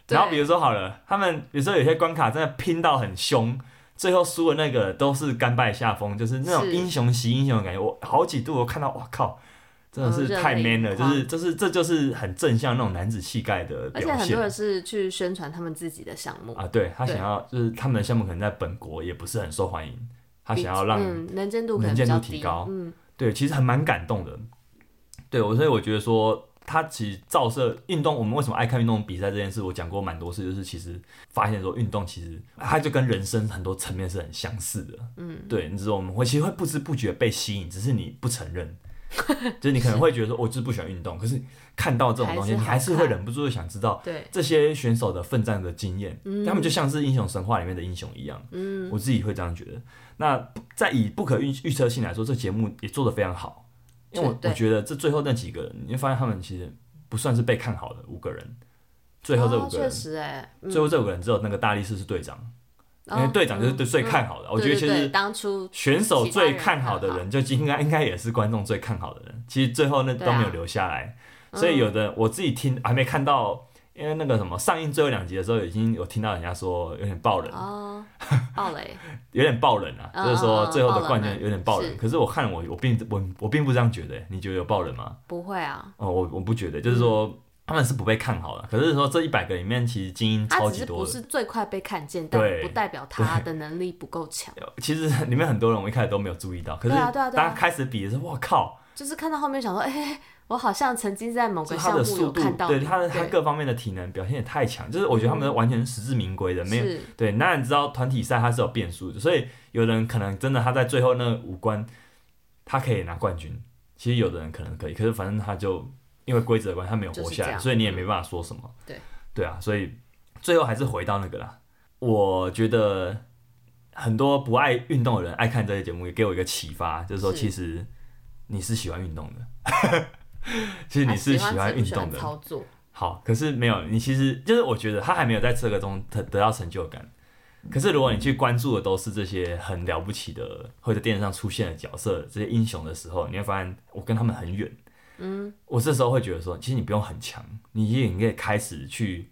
Speaker 2: 对
Speaker 1: 然后比如说好了，他们比如说有些关卡真的拼到很凶，最后输的那个都是甘拜下风，就是那种
Speaker 2: 是
Speaker 1: 英雄惜英雄的感觉。我好几度我看到，哇靠，真的
Speaker 2: 嗯
Speaker 1: 是
Speaker 2: 热泪
Speaker 1: 太 man 了，就
Speaker 2: 盈眶
Speaker 1: 是就是这就是很正向那种男子气概的
Speaker 2: 而且
Speaker 1: 表
Speaker 2: 很
Speaker 1: 现
Speaker 2: 多人是去宣传他们自己的项目，
Speaker 1: 啊。对他
Speaker 2: 对
Speaker 1: 想要就是他们的项目可能在本国也不是很受欢迎，他想要让
Speaker 2: 嗯能见度可能
Speaker 1: 能
Speaker 2: 比
Speaker 1: 见
Speaker 2: 较
Speaker 1: 度
Speaker 2: 低
Speaker 1: 提高，
Speaker 2: 嗯，
Speaker 1: 对，其实还蛮感动的。对我，所以我觉得说，它其实照射运动，我们为什么爱看运动比赛这件事，我讲过蛮多次，就是其实发现说，运动其实它就跟人生很多层面是很相似的。嗯，对，你知道我们会其实会不知不觉被吸引，只是你不承认。 就是你可能会觉得说，我就是不喜欢运动，可是看到这种东西，
Speaker 2: 还是
Speaker 1: 你还是
Speaker 2: 好
Speaker 1: 会
Speaker 2: 看
Speaker 1: 忍不住地想知道
Speaker 2: 对，
Speaker 1: 这些选手的奋战的经验，
Speaker 2: 嗯
Speaker 1: 他们就像是英雄神话里面的英雄一样。嗯，我自己会这样觉得。那不在以不可预预测性来说，这节目也做得非常好，因为我
Speaker 2: 对
Speaker 1: 我觉得这最后那几个人，你会发现他们其实不算是被看好的五个人，最后这
Speaker 2: 哦
Speaker 1: 五个人
Speaker 2: 确，实哎，嗯
Speaker 1: 最后这五个人只有那个大力士是队长，因
Speaker 2: 哦
Speaker 1: 为队长就是对最
Speaker 2: 嗯
Speaker 1: 看好的。
Speaker 2: 嗯
Speaker 1: 我觉得其
Speaker 2: 对对对
Speaker 1: 实
Speaker 2: 当初
Speaker 1: 选手最看好的
Speaker 2: 其他
Speaker 1: 人，就应该应该也是观众最看好的人。其实最后那
Speaker 2: 对
Speaker 1: 都
Speaker 2: 啊嗯
Speaker 1: 没有留下来，所以有的我自己听还没看到，因为那个什么上映最后两集的时候，已经有听到人家说有点爆冷，
Speaker 2: 哦，暴雷，
Speaker 1: 有点爆冷啊，
Speaker 2: 嗯
Speaker 1: 就是说最后
Speaker 2: 嗯嗯
Speaker 1: 的冠军
Speaker 2: 爆冷
Speaker 1: 有点爆冷。
Speaker 2: 是
Speaker 1: 可是我看我我并我我并不这样觉得，你觉得有爆冷吗？
Speaker 2: 不会啊，
Speaker 1: 哦，我我不觉得，就是说他们是不被看好的。可是说这一百个里面，其实精英
Speaker 2: 他
Speaker 1: 超
Speaker 2: 啊只
Speaker 1: 级
Speaker 2: 是不
Speaker 1: 多的。
Speaker 2: 是最快被看见，但
Speaker 1: 对
Speaker 2: 不代表他的能力不够强，
Speaker 1: 其实里面很多人我一开始都没有注意到，可是
Speaker 2: 对啊对啊对啊
Speaker 1: 当开始比的时候，我靠，
Speaker 2: 就是看到后面想说，哎、我好像曾经在某
Speaker 1: 就
Speaker 2: 个
Speaker 1: 是他
Speaker 2: 项
Speaker 1: 的
Speaker 2: 目
Speaker 1: 速
Speaker 2: 有
Speaker 1: 度，
Speaker 2: 看到你，
Speaker 1: 对他的他
Speaker 2: 对嗯
Speaker 1: 各方面的体能表现也太强，就是我觉得他们完全实至名归的，没有
Speaker 2: 是
Speaker 1: 对。那你知道团体赛它是有变数的，所以有的人可能真的他在最后那五关，他可以拿冠军，其实有的人可能可以，可是反正他就因为规则的关系他没有活
Speaker 2: 就是
Speaker 1: 下
Speaker 2: 这
Speaker 1: 来，
Speaker 2: 样嗯
Speaker 1: 所以你也没办法说什么。
Speaker 2: 对
Speaker 1: 对啊，所以最后还是回到那个啦，我觉得很多不爱运动的人爱看这些节目，也给我一个启发，就是说
Speaker 2: 是
Speaker 1: 其实你是喜欢运动的， 其实
Speaker 2: 啊
Speaker 1: 你是喜
Speaker 2: 喜
Speaker 1: 欢
Speaker 2: 不
Speaker 1: 运
Speaker 2: 喜
Speaker 1: 动
Speaker 2: 欢
Speaker 1: 的。
Speaker 2: 操作，
Speaker 1: 好，可是没有你，其实就是我觉得他还没有在这个中得得到成就感。可是如果你去关注的都是这些很了不起的，或者电视上出现的角色，这些英雄的时候，你会发现我跟他们很远。嗯，我这时候会觉得说，其实你不用很强，你也应该开始去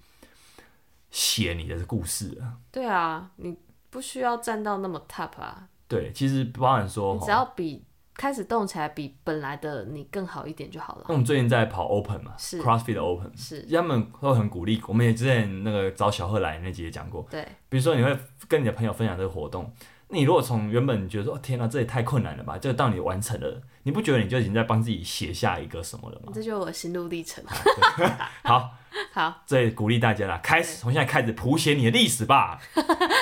Speaker 1: 写你的故事了。
Speaker 2: 对啊，你不需要站到那么 top 啊，
Speaker 1: 对，其实包含说，
Speaker 2: 你只要比开始动起来比本来的你更好一点就好
Speaker 1: 那
Speaker 2: 了。
Speaker 1: 我们最近在跑 Open 嘛
Speaker 2: 是
Speaker 1: ，CrossFit 的 Open，
Speaker 2: 是，
Speaker 1: 他们都很鼓励。我们也之前那个找小贺来那集也讲过，
Speaker 2: 对，
Speaker 1: 比如说你会跟你的朋友分享这个活动，你如果从原本你觉得说哦天哪、这也太困难了吧，就到你完成了，你不觉得你就已经在帮自己写下一个什么了吗？
Speaker 2: 这就是我的心路历程。
Speaker 1: 啊 好，
Speaker 2: 好
Speaker 1: 这也鼓励大家啦，开始从现在开始谱写你的历史 吧。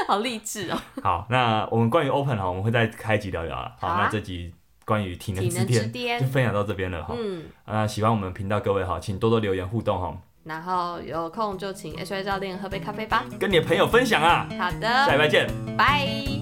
Speaker 2: 好励志哦，
Speaker 1: 好，那我们关于 Open 哈，我们会再开一集聊聊啦。好，
Speaker 2: 好啊
Speaker 1: 那这集关于体 能
Speaker 2: 体
Speaker 1: 之
Speaker 2: 能之
Speaker 1: 巅就
Speaker 2: 巅。
Speaker 1: 分享到这边了哈。
Speaker 2: 嗯，
Speaker 1: 那喜欢我们频道各位哈，请多多留言互动哈，
Speaker 2: 然后有空就请 H Y 教练喝杯咖啡吧。
Speaker 1: 跟你的朋友分享啊。
Speaker 2: 好
Speaker 1: 下礼
Speaker 2: 的，
Speaker 1: 拜见。
Speaker 2: 拜。